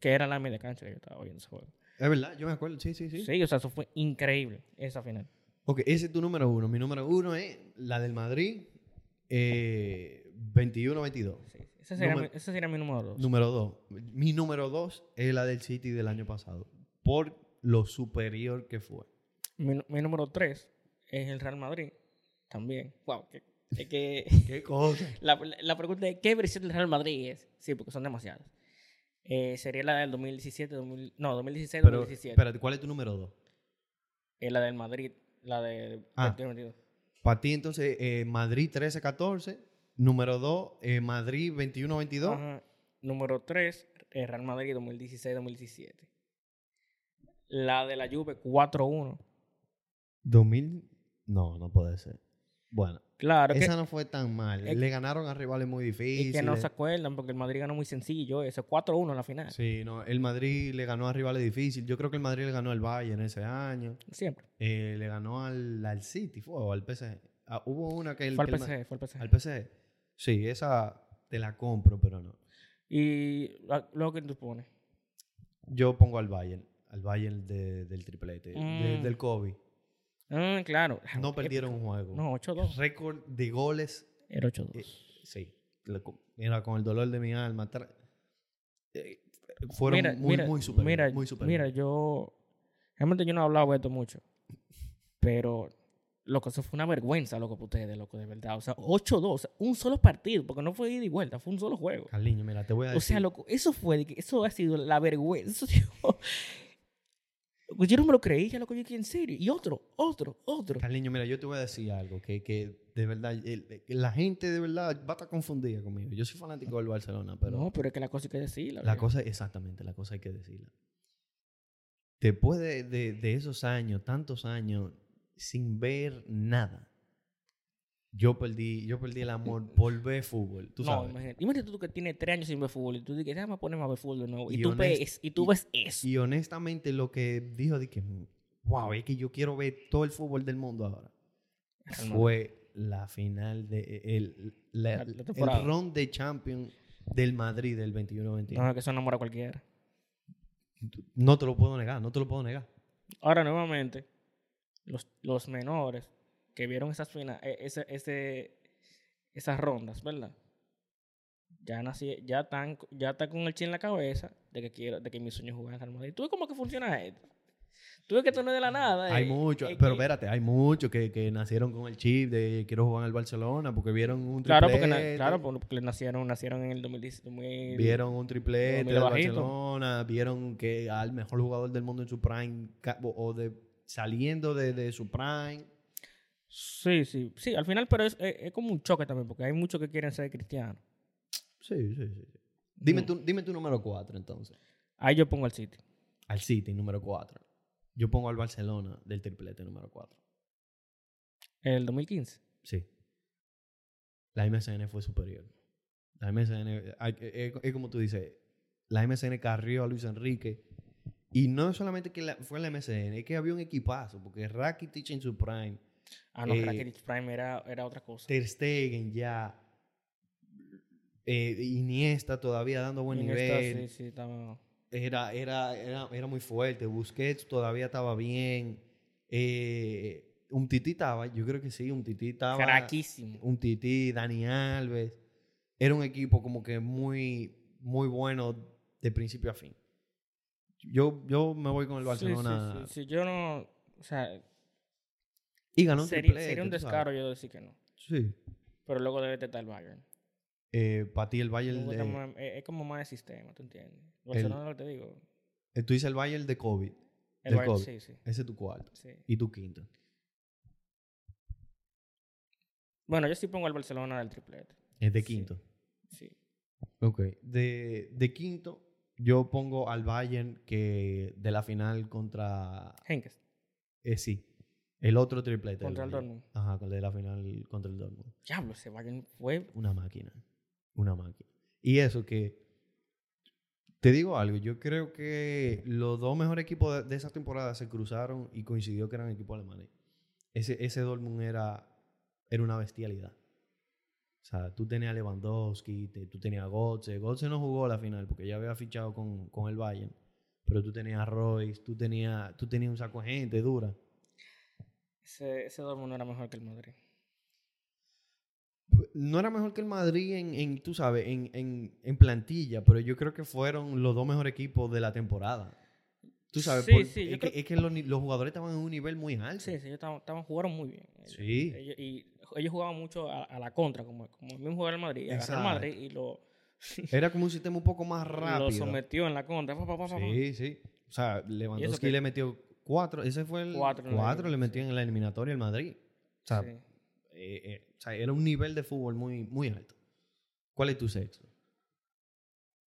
B: Que era la media cancha que yo estaba viendo ese juego.
A: Es verdad, yo me acuerdo. Sí, sí, sí.
B: ¿Sí? o sea, eso fue increíble. Esa final.
A: Ok, ese es tu número uno. Mi número uno es la del Madrid, eh, 21-22.
B: Sí, Ese, sería
A: Número-
B: mi, ese sería mi número dos.
A: Número dos. Mi número dos es la del City del año pasado. Por lo superior que fue.
B: Mi, nu- mi número tres es el Real Madrid. También. Wow, que... Es que... *laughs*
A: Qué cosa.
B: La, la pregunta es, ¿qué versión del Real Madrid es? Sí, porque son demasiadas. Eh, sería la del 2017, 2000, no, 2016,
A: Pero,
B: 2017.
A: espérate, ¿cuál es tu número dos?
B: Es la del Madrid, la de...
A: Ah.
B: 2022.
A: Para ti, entonces, eh, Madrid 13-14. Número dos, eh, Madrid 21-22.
B: Ajá. Número 3, Real Madrid 2016-2017. La de la Juve 4-1.
A: 2000. No, no puede ser. Bueno,
B: Claro, que,
A: esa no fue tan mal.
B: es-
A: Le ganaron a rivales muy
B: es
A: difíciles.
B: que no se acuerdan porque el Madrid ganó muy sencillo, eso 4-1 en la final.
A: Sí, no, el Madrid le ganó a rivales difíciles. Yo creo que el Madrid le ganó al Bayern ese año.
B: Siempre.
A: Eh, le ganó al, al City, fue, o al PSG. Ah, hubo una que el.
B: fue al
A: que el Ma-
B: PSG, fue al PSG.
A: al PSG. Sí, esa te la compro, pero no.
B: Y ah, luego que tú pones.
A: Yo pongo al Bayern. Al Bayern de- del triplete, de-
B: Mm.
A: del Kobe.
B: Ah, claro.
A: No
B: Épico.
A: perdieron un juego.
B: No, 8-2.
A: Récord de goles
B: Era 8-2.
A: Sí. lo co- Mira, con el dolor de mi alma. tra- eh, fueron muy, muy superiores.
B: mira,
A: muy superiores.
B: mira, yo. Realmente yo no he hablado de esto mucho. Pero, loco, eso fue una vergüenza, loco, para ustedes, loco, de verdad. O sea, 8-2, o sea, un solo partido, porque no fue ida y vuelta, fue un solo juego.
A: Carliño, mira, te voy a decir.
B: O sea, loco, eso fue, de que- eso ha sido la vergüenza. *laughs* Yo, Loco, yo no me lo creía, loco, yo que en serio. Y otro, otro, otro.
A: Carliño, mira, yo te voy a decir algo que, que de verdad, el- el- la gente de verdad va a estar confundida conmigo. Yo soy fanático del Barcelona, pero
B: no, pero es que la cosa hay que decirla.
A: la
B: loco.
A: cosa, exactamente, la cosa hay que decirla. Después de, de- de esos años, tantos años, sin ver nada, yo perdí, yo perdí el amor por ver fútbol. Tú
B: no,
A: sabes.
B: imagínate. Imagínate tú que tienes tres años sin ver fútbol y tú dices, déjame ponerme a ver fútbol de nuevo. Y,
A: Y
B: tú,
A: honest-
B: ves, y tú
A: y-
B: ves eso.
A: Y honestamente lo que dijo de que, wow, es que yo quiero ver todo el fútbol del mundo ahora.
B: Real Madrid.
A: Fue la final de el, la-
B: La- la
A: el
B: temporada.
A: round de Champions del Madrid del 21-21.
B: No, que eso enamora a cualquiera.
A: No te lo puedo negar, no te lo puedo negar.
B: Ahora, nuevamente, los, los menores que vieron esas fina- e- ese- ese- esas rondas, ¿verdad? Ya nací, ya están, ya está con el chin en la cabeza de que quiero, de que mi sueño es jugar en Real Madrid. ¿Tú ves cómo que funciona esto? Tú ves que tú no es de la nada.
A: Hay
B: eh,
A: muchos,
B: eh,
A: pero
B: que-
A: espérate, hay muchos que, que nacieron con el chip de quiero jugar en el Barcelona porque vieron un triplete.
B: Claro, porque, na- claro, porque nacieron, nacieron en el 2010. 2000.
A: Vieron un triplete
B: Mira
A: del
B: bajito.
A: Barcelona, vieron que al mejor jugador del mundo en su prime ca- o de saliendo de, de su prime.
B: Sí, sí, sí. Al final, pero es, es- es como un choque también, porque hay muchos que quieren ser cristianos.
A: Sí, sí, sí. Dime,
B: Mm.
A: tu, dime tu número 4 entonces.
B: Ahí yo pongo el City.
A: Al City, número 4. Yo pongo al Barcelona del triplete número 4.
B: El 2015.
A: Sí. La MSN fue superior. La MSN, eh, eh, eh, es como tú dices, la MSN carrió a Luis Enrique. Y no solamente que la- fue la MSN, es que había un equipazo, porque Rakitic en su prime,
B: Ah, no,
A: Eh,
B: Rakitic Prime era, era otra cosa.
A: Ter Stegen ya, eh, Iniesta todavía dando buen
B: Iniesta,
A: nivel,
B: sí, sí, estaba-
A: era, era, era, era muy fuerte, Busquets todavía estaba bien, eh, un tití estaba, yo creo que sí, un tití estaba...
B: Craquísimo.
A: un Tití, Dani Alves. Era un equipo como que muy, muy bueno de principio a fin. Yo, yo me voy con el
B: Sí, sí,
A: Barcelona
B: Sí, sí, yo no. O sea,
A: y ganó un
B: sería,
A: triplete,
B: sería un
A: tú sabes.
B: descaro yo decir que no.
A: Sí. Eh,
B: Pero luego debe estar el Bayern.
A: para ti el
B: Me
A: Bayern,
B: gusta
A: de,
B: más- eh, es, es como más de sistema, ¿tú entiendes? Barcelona, lo que te digo.
A: eh, tú dices el Bayern de COVID.
B: El
A: Del
B: Bayern,
A: COVID.
B: sí, sí,
A: Ese es tu cuarto
B: sí.
A: y tu quinto.
B: Bueno, yo sí pongo al Barcelona del triplete.
A: Es de
B: Sí.
A: quinto.
B: Sí.
A: Ok. De, de quinto, yo pongo al Bayern que de la final contra...
B: Henkes,
A: eh, sí. El otro triplete.
B: contra el
A: Bayern.
B: Dortmund.
A: Ajá, con el de la final contra el Dortmund.
B: Diablo, ese Bayern fue
A: una máquina. Una máquina. Y eso que. Te digo algo, yo creo que los dos mejores equipos de, de esa temporada se cruzaron y coincidió que eran equipos alemanes. Ese, ese Dortmund era, era una bestialidad. O sea, tú tenías a Lewandowski, te- tú tenías a Götze. Götze no jugó la final porque ya había fichado con, con el Bayern. Pero tú tenías a Royce, tú tenías, tú tenías un saco de gente dura.
B: Ese, ese Dortmund no era mejor que el Madrid.
A: no era mejor que el Madrid en, en, tú sabes, en, en, en plantilla, pero yo creo que fueron los dos mejores equipos de la temporada. Tú sabes,
B: Sí,
A: por-
B: sí, yo
A: es,
B: creo-
A: que, es que los, ni- los jugadores estaban en un nivel muy alto.
B: Sí, sí, ellos estaban, estaban- jugaron muy bien. Ellos-
A: Sí.
B: ellos- y ellos jugaban mucho a, a la contra, como, como el mismo jugador del Madrid. Agarró al Madrid y lo,
A: Era como un sistema un poco más
B: lo
A: rápido.
B: sometió en la contra. Pa, pa, pa, pa, pa.
A: Sí, sí. O sea, Lewandowski
B: que-
A: le metió cuatro. Ese fue el
B: Cuatro en
A: cuatro,
B: la
A: le
B: eliminatoria.
A: metió en la eliminatoria el Madrid. O sea,
B: Sí.
A: eh, eh, o sea, era un nivel de fútbol muy, muy alto. ¿Cuál es tu sexto?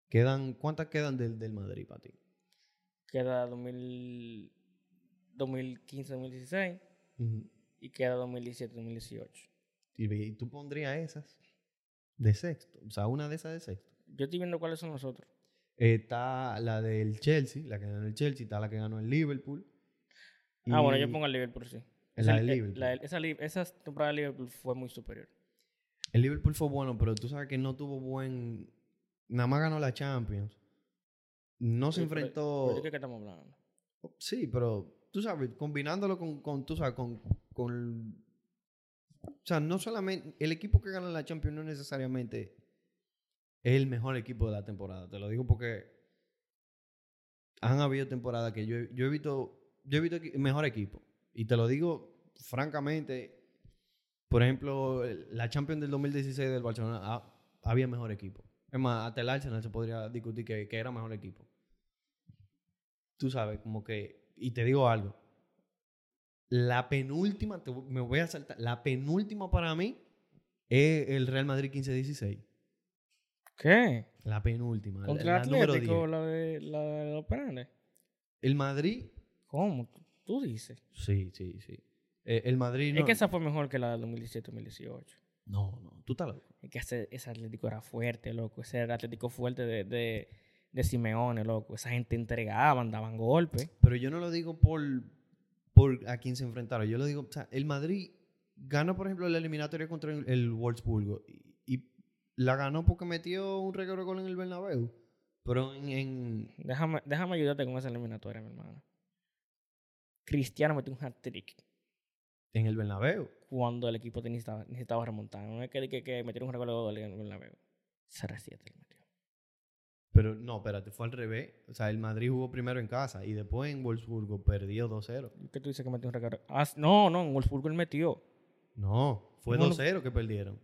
A: Quedan, ¿Cuántas quedan del, del Madrid para ti?
B: Queda 2000 2015-2016
A: Ujú.
B: y queda 2017-2018.
A: Y, ve- y tú pondrías esas de sexto. O sea, una de esas de sexto.
B: Yo estoy viendo cuáles son los otros.
A: Eh, Está la del Chelsea, la que ganó el Chelsea, está la que ganó el Liverpool.
B: Ah, bueno, yo
A: Y
B: pongo el Liverpool, sí.
A: La
B: Ese-
A: del
B: eh,
A: Liverpool.
B: la del- esa, li- esa temporada del Liverpool fue muy superior.
A: El Liverpool fue bueno, pero tú sabes que no tuvo buen. Nada más ganó la Champions. No se
B: Sí, pero-
A: enfrentó.
B: pero ¿De qué estamos hablando?
A: Sí, pero tú sabes, combinándolo con, con tú sabes, con, con... O sea, no solamente... El equipo que gana la Champions no necesariamente es el mejor equipo de la temporada. Te lo digo porque han habido temporadas que yo, he- yo he visto... Yo he visto equi- mejor equipo. Y te lo digo francamente. Por ejemplo, el- la Champions del 2016 del Barcelona ha- había mejor equipo. Es más, hasta el Arsenal se podría discutir que- que era mejor equipo tú sabes, como que, y te digo algo, la penúltima, te vo- me voy a saltar, la penúltima para mí es el Real Madrid 15-16.
B: ¿Qué?
A: La penúltima, la-
B: ¿Contra el
A: la, número
B: Atlético,
A: 10.
B: la de, la de los penales?
A: El Madrid,
B: ¿Cómo? ¿Tú- ¿Tú dices?
A: sí, sí, sí. Eh, el Madrid no.
B: Es que esa fue mejor que la del 2017-2018.
A: No, no, tú estás loco.
B: Es que ese, ese Atlético era fuerte, loco. Ese era el Atlético fuerte de, de, de Simeone, loco. Esa gente entregaba, daban golpes.
A: Pero yo no lo digo por, por a quién se enfrentaron. Yo lo digo, o sea, el Madrid gana, por ejemplo, la eliminatoria contra el, el Wolfsburgo y, y la ganó porque metió un récord de gol en el Bernabéu. Pero en, en-
B: Déjame, déjame ayudarte con esa eliminatoria, mi hermano. Cristiano metió un hat-trick
A: en el Bernabéu.
B: cuando el equipo necesitaba, necesitaba remontar. No es que, que, que metieron un regalo de gol en la veo. CR7 le metió.
A: Pero no, espérate, fue al revés. O sea, el Madrid jugó primero en casa y después en Wolfsburgo perdió 2-0.
B: ¿Qué tú dices que metió un regalo? Ah, no, no, en Wolfsburgo él metió.
A: No, fue
B: Bueno.
A: 2-0 que perdieron.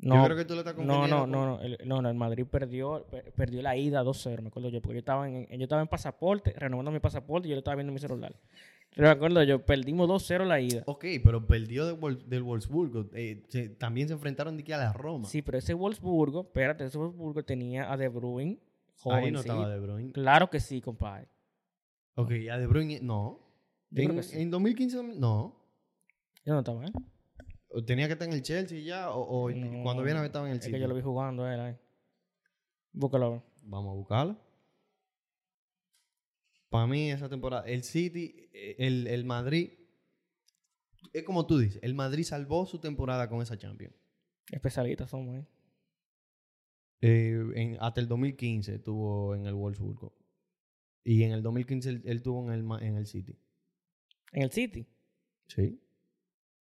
B: No,
A: Yo creo que tú lo estás
B: no,
A: confundiendo.
B: no,
A: con- pues.
B: no, no, el, no, no, el Madrid perdió, per- perdió la ida 2-0, me acuerdo yo, porque yo estaba en, yo estaba en pasaporte, renovando mi pasaporte y yo lo estaba viendo en mi celular. Pero me acuerdo yo, perdimos 2-0 la ida.
A: Ok, pero perdió de Wol- del Wolfsburgo. Eh, se- también se enfrentaron de aquí a la Roma.
B: Sí, pero ese Wolfsburgo, espérate, ese Wolfsburgo tenía a De Bruyne, joven.
A: Ahí no estaba De Bruyne.
B: Claro que sí, compadre.
A: Ok, a De Bruyne no.
B: Yo creo
A: En,
B: que sí.
A: en 2015 no.
B: Yo no estaba, ¿eh?
A: O tenía que estar en el Chelsea ya o, o
B: No,
A: cuando bien estaba en el
B: Es
A: City.
B: que yo lo vi jugando a él ahí. Búscalo.
A: Vamos a buscarlo. Para mí esa temporada, el City, eh, el, el Madrid, es como tú dices, el Madrid salvó su temporada con esa Champions.
B: Especialistas somos, ¿eh?
A: Eh, en- hasta el 2015 estuvo en el Wolfsburgo. Y en el 2015 él, él estuvo en el, Ma- en el City.
B: En el City.
A: Sí.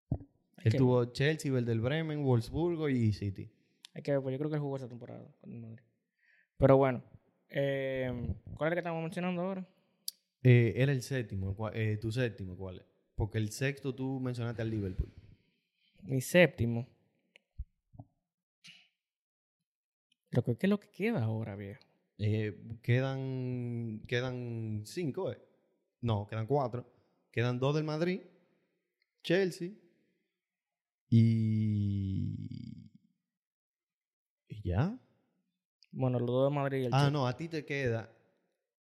B: Hay
A: Él
B: que-
A: tuvo Chelsea, Werder Bremen, Wolfsburgo y City.
B: Hay que ver, pues yo creo que él jugó esa temporada con el Madrid. Pero bueno, eh, ¿cuál es el que estamos mencionando ahora?
A: Eh, era el séptimo, cua- eh, tu séptimo, ¿cuál es? Porque el sexto tú mencionaste al Liverpool.
B: Mi séptimo. Pero ¿qué es lo que queda ahora, viejo?
A: Eh, quedan, quedan cinco, ¿eh? No, quedan cuatro. Quedan dos del Madrid, Chelsea y... ¿Y ya?
B: Bueno, los dos de Madrid y el
A: Ah,
B: Chelsea.
A: no, a ti te queda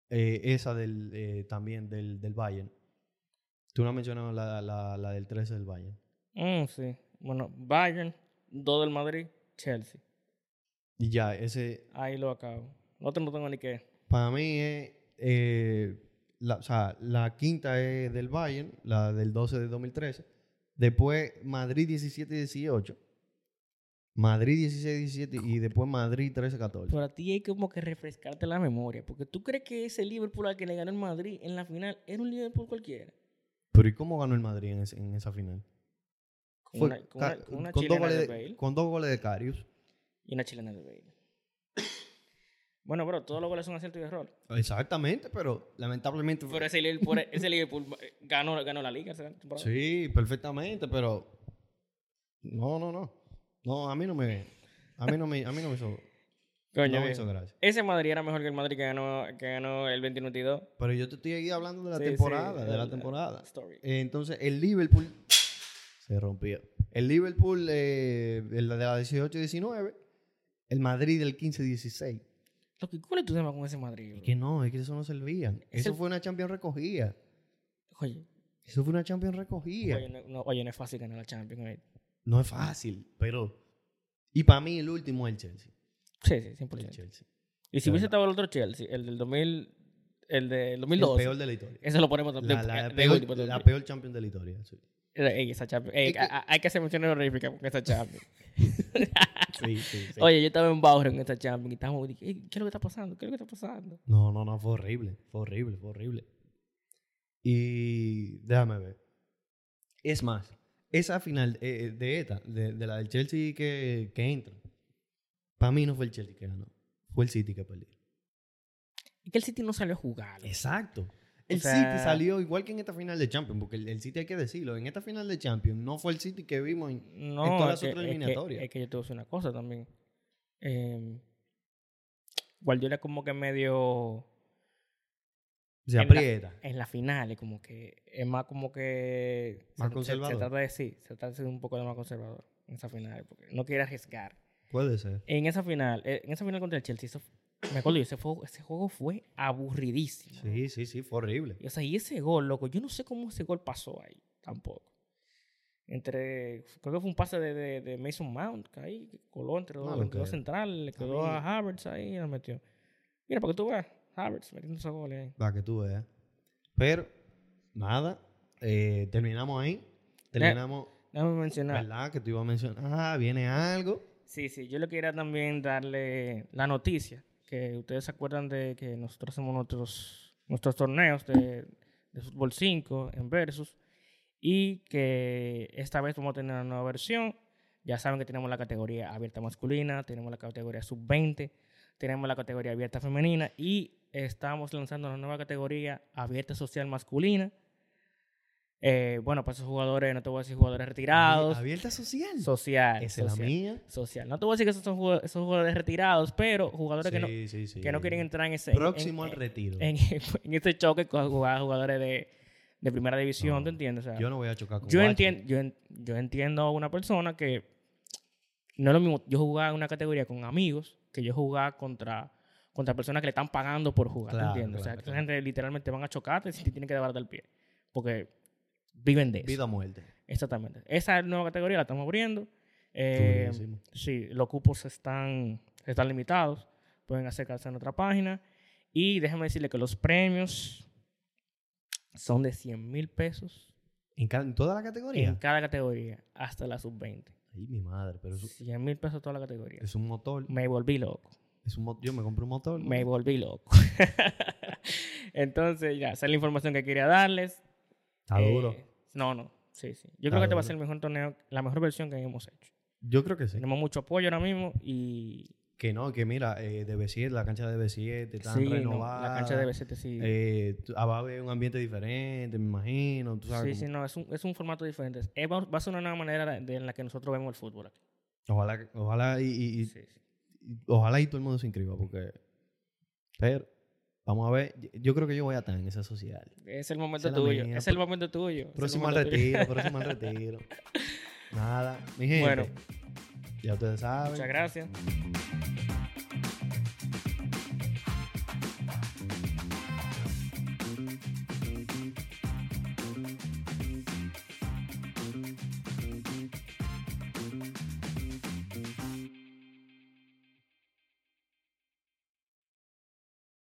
A: eh, esa del, eh, también del, del Bayern. Tú no has mencionado la, la, la del 13 del Bayern.
B: Mm, sí. Bueno, Bayern, dos del Madrid, Chelsea.
A: Y ya, ese,
B: Ahí lo acabo. Lo otro no tengo ni qué.
A: Para mí es. eh, la, o sea, la quinta es del Bayern, la del 12 de 2013. Después Madrid 17-18. Madrid 16-17 y después Madrid 13-14.
B: Pero a ti hay como que refrescarte la memoria. Porque tú crees que ese Liverpool al que le ganó el Madrid en la final era un Liverpool cualquiera.
A: Pero ¿y cómo ganó el Madrid en, ese- en esa final?
B: Con
A: Fue
B: una, con
A: ca-
B: una- con una
A: con dos
B: chilena
A: goles
B: de
A: de-
B: Bale
A: con dos goles de Carius.
B: y una chilena de Bale. bueno, bro, todos los goles son acierto y error.
A: Exactamente, pero lamentablemente.
B: Pero ese Liverpool, ese Liverpool eh, ganó, ganó la liga. esa temporada.
A: Sí, perfectamente, pero. No, no, no. No, a mí no me. A mí no me, a mí no me hizo,
B: Coño,
A: no me
B: viejo.
A: hizo gracia.
B: Ese Madrid era mejor que el Madrid que ganó, que ganó el 2092.
A: Pero yo te estoy aquí hablando de la
B: Sí, sí,
A: temporada, de la
B: el-
A: temporada.
B: Story.
A: Eh, Entonces, el Liverpool se rompió. El Liverpool eh, el de la 18-19, el Madrid del 15-16.
B: Lo que ¿cuál es tu tema con ese Madrid?
A: Es
B: bro?
A: que no, es que eso no servían.
B: Es
A: Eso
B: el-
A: fue una Champions recogida.
B: Oye,
A: Eso fue una Champions recogida.
B: oye, no, no- oye, no es fácil ganar la Champions. oye.
A: No es fácil, pero... Y para mí el último es el Chelsea.
B: Sí, sí,
A: El
B: 100%.
A: Chelsea.
B: Y si
A: de
B: hubiese
A: verdad.
B: estado el otro Chelsea, el del 2000, el del
A: El
B: 2012,
A: peor de la historia.
B: ese lo ponemos de,
A: La,
B: de-
A: la
B: de último,
A: peor,
B: eh, de
A: la
B: último.
A: peor Champions de la historia. sí.
B: Ey, esa Champions- ey,
A: Es que-
B: a- a- hay que hacer menciones horríficas con esa Champions.
A: Sí, sí, sí.
B: Oye, yo estaba en Bauer en esta Champions y estábamos, dije, "Ey, ¿qué es lo que está pasando? ¿Qué es lo que está pasando?
A: No, no, no, fue horrible, fue horrible, fue horrible. Y déjame ver. Es más, esa final eh, eh, de ETA, de, de la del Chelsea que, que entra, para mí no fue el Chelsea que ganó, fue el City que perdió.
B: Y que el City no salió a jugar. loco.
A: Exacto. El
B: sea-
A: City salió igual que en esta final de Champions, porque el, el City hay que decirlo, en esta final de Champions no fue el City que vimos en...
B: No,
A: todas las
B: es que-
A: otras
B: es que-
A: eliminatorias.
B: Es que yo te voy a decir una cosa también. Eh, Guardiola como que medio
A: Se
B: En la-
A: aprieta.
B: en la final, es como que es más como que
A: Más
B: se, se- se
A: conservador.
B: trata de sí, se trata de ser un poco de más conservador en esa final, porque no quiere arriesgar.
A: Puede ser.
B: En esa final, eh, en esa final contra el Chelsea, eso f- me acuerdo yo, ese juego, ese juego fue aburridísimo.
A: Sí, sí, sí, fue horrible.
B: Y, O sea, y ese gol, loco, yo no sé cómo ese gol pasó ahí, tampoco. Entre, creo que fue un pase de, de, de Mason Mount, que ahí que coló entre dos,
A: No lo
B: entre dos
A: creo.
B: centrales, le quedó
A: mí-
B: a Havertz ahí y la metió. Mira, para que tú veas, Havertz metiendo esos goles ahí.
A: Para que tú veas. Pero, nada, eh, terminamos ahí. Terminamos,
B: Déjame mencionar,
A: ¿verdad? Que tú ibas a mencionar. Ah, viene algo.
B: Sí, sí, yo le quería también darle la noticia, que ustedes se acuerdan de que nosotros hacemos nuestros, nuestros torneos de, de fútbol 5 en versus y que esta vez vamos a tener una nueva versión. Ya saben que tenemos la categoría abierta masculina, tenemos la categoría sub-20, tenemos la categoría abierta femenina y estamos lanzando una nueva categoría abierta social masculina. Eh, bueno, para esos jugadores, no te voy a decir jugadores retirados.
A: Abierta social.
B: Social.
A: Esa es la
B: social,
A: mía.
B: social. No te voy a decir que esos son jugadores, esos jugadores retirados, pero jugadores que, no,
A: Sí, sí, sí.
B: que no quieren entrar en ese... en-
A: Próximo
B: en-
A: al retiro.
B: en, *laughs* en este choque con jugar- jugadores de, de primera división,
A: No,
B: ¿te entiendes? O sea,
A: Yo no voy a chocar con
B: yo,
A: Guachi.
B: entien- yo, en- yo entiendo a una persona que no es lo mismo yo jugaba en una categoría con amigos que yo jugaba contra, contra personas que le están pagando por jugar, ¿te
A: Claro,
B: entiendes? o sea,
A: claro,
B: que esa
A: claro.
B: gente literalmente van a chocarte si te tienen que dar del pie. Porque viven de eso.
A: Vida o muerte.
B: Exactamente. Esa nueva categoría la estamos abriendo. Eh,
A: Durísimo.
B: sí, los cupos están, están limitados. Pueden acercarse a nuestra página. Y déjenme decirle que los premios son de 100 mil pesos
A: ¿En, ca- en toda la categoría?
B: en cada categoría, hasta la sub-20.
A: Ay, mi madre, pero es,
B: 100 mil pesos toda la categoría.
A: es un motor.
B: Me volví loco.
A: Es un mo- yo me compré un motor.
B: Me volví loco. *laughs* Entonces, ya, esa es la información que quería darles.
A: Está
B: Eh,
A: duro.
B: No, no. Sí, sí.
A: Está
B: Yo creo que este va
A: duro.
B: a ser el mejor torneo, la mejor versión que hemos hecho.
A: Yo creo que sí.
B: Tenemos mucho apoyo ahora mismo y
A: Que no, que mira, eh, de B7, la cancha de B7 están
B: sí, no,
A: renovada.
B: la cancha de BCT sí.
A: Eh, tú- ah, va a haber un ambiente diferente, me imagino. Tú
B: sí,
A: sabes
B: sí,
A: como-
B: no, es un, es un formato diferente. Es- va, va a ser una nueva manera de- de en la que nosotros vemos el fútbol aquí.
A: Ojalá, ojalá y, y- y-
B: Sí, sí.
A: y- ojalá y todo el mundo se inscriba, porque. Pero, vamos a ver. Yo- Yo creo que yo voy a estar en esa sociedad.
B: Es el momento
A: Esa es la
B: tuyo.
A: mía.
B: Es el momento tuyo. es el
A: Próximo al
B: momento tuyo.
A: retiro, próximo al retiro. Nada, mi gente.
B: Bueno.
A: Ya ustedes saben.
B: Muchas gracias.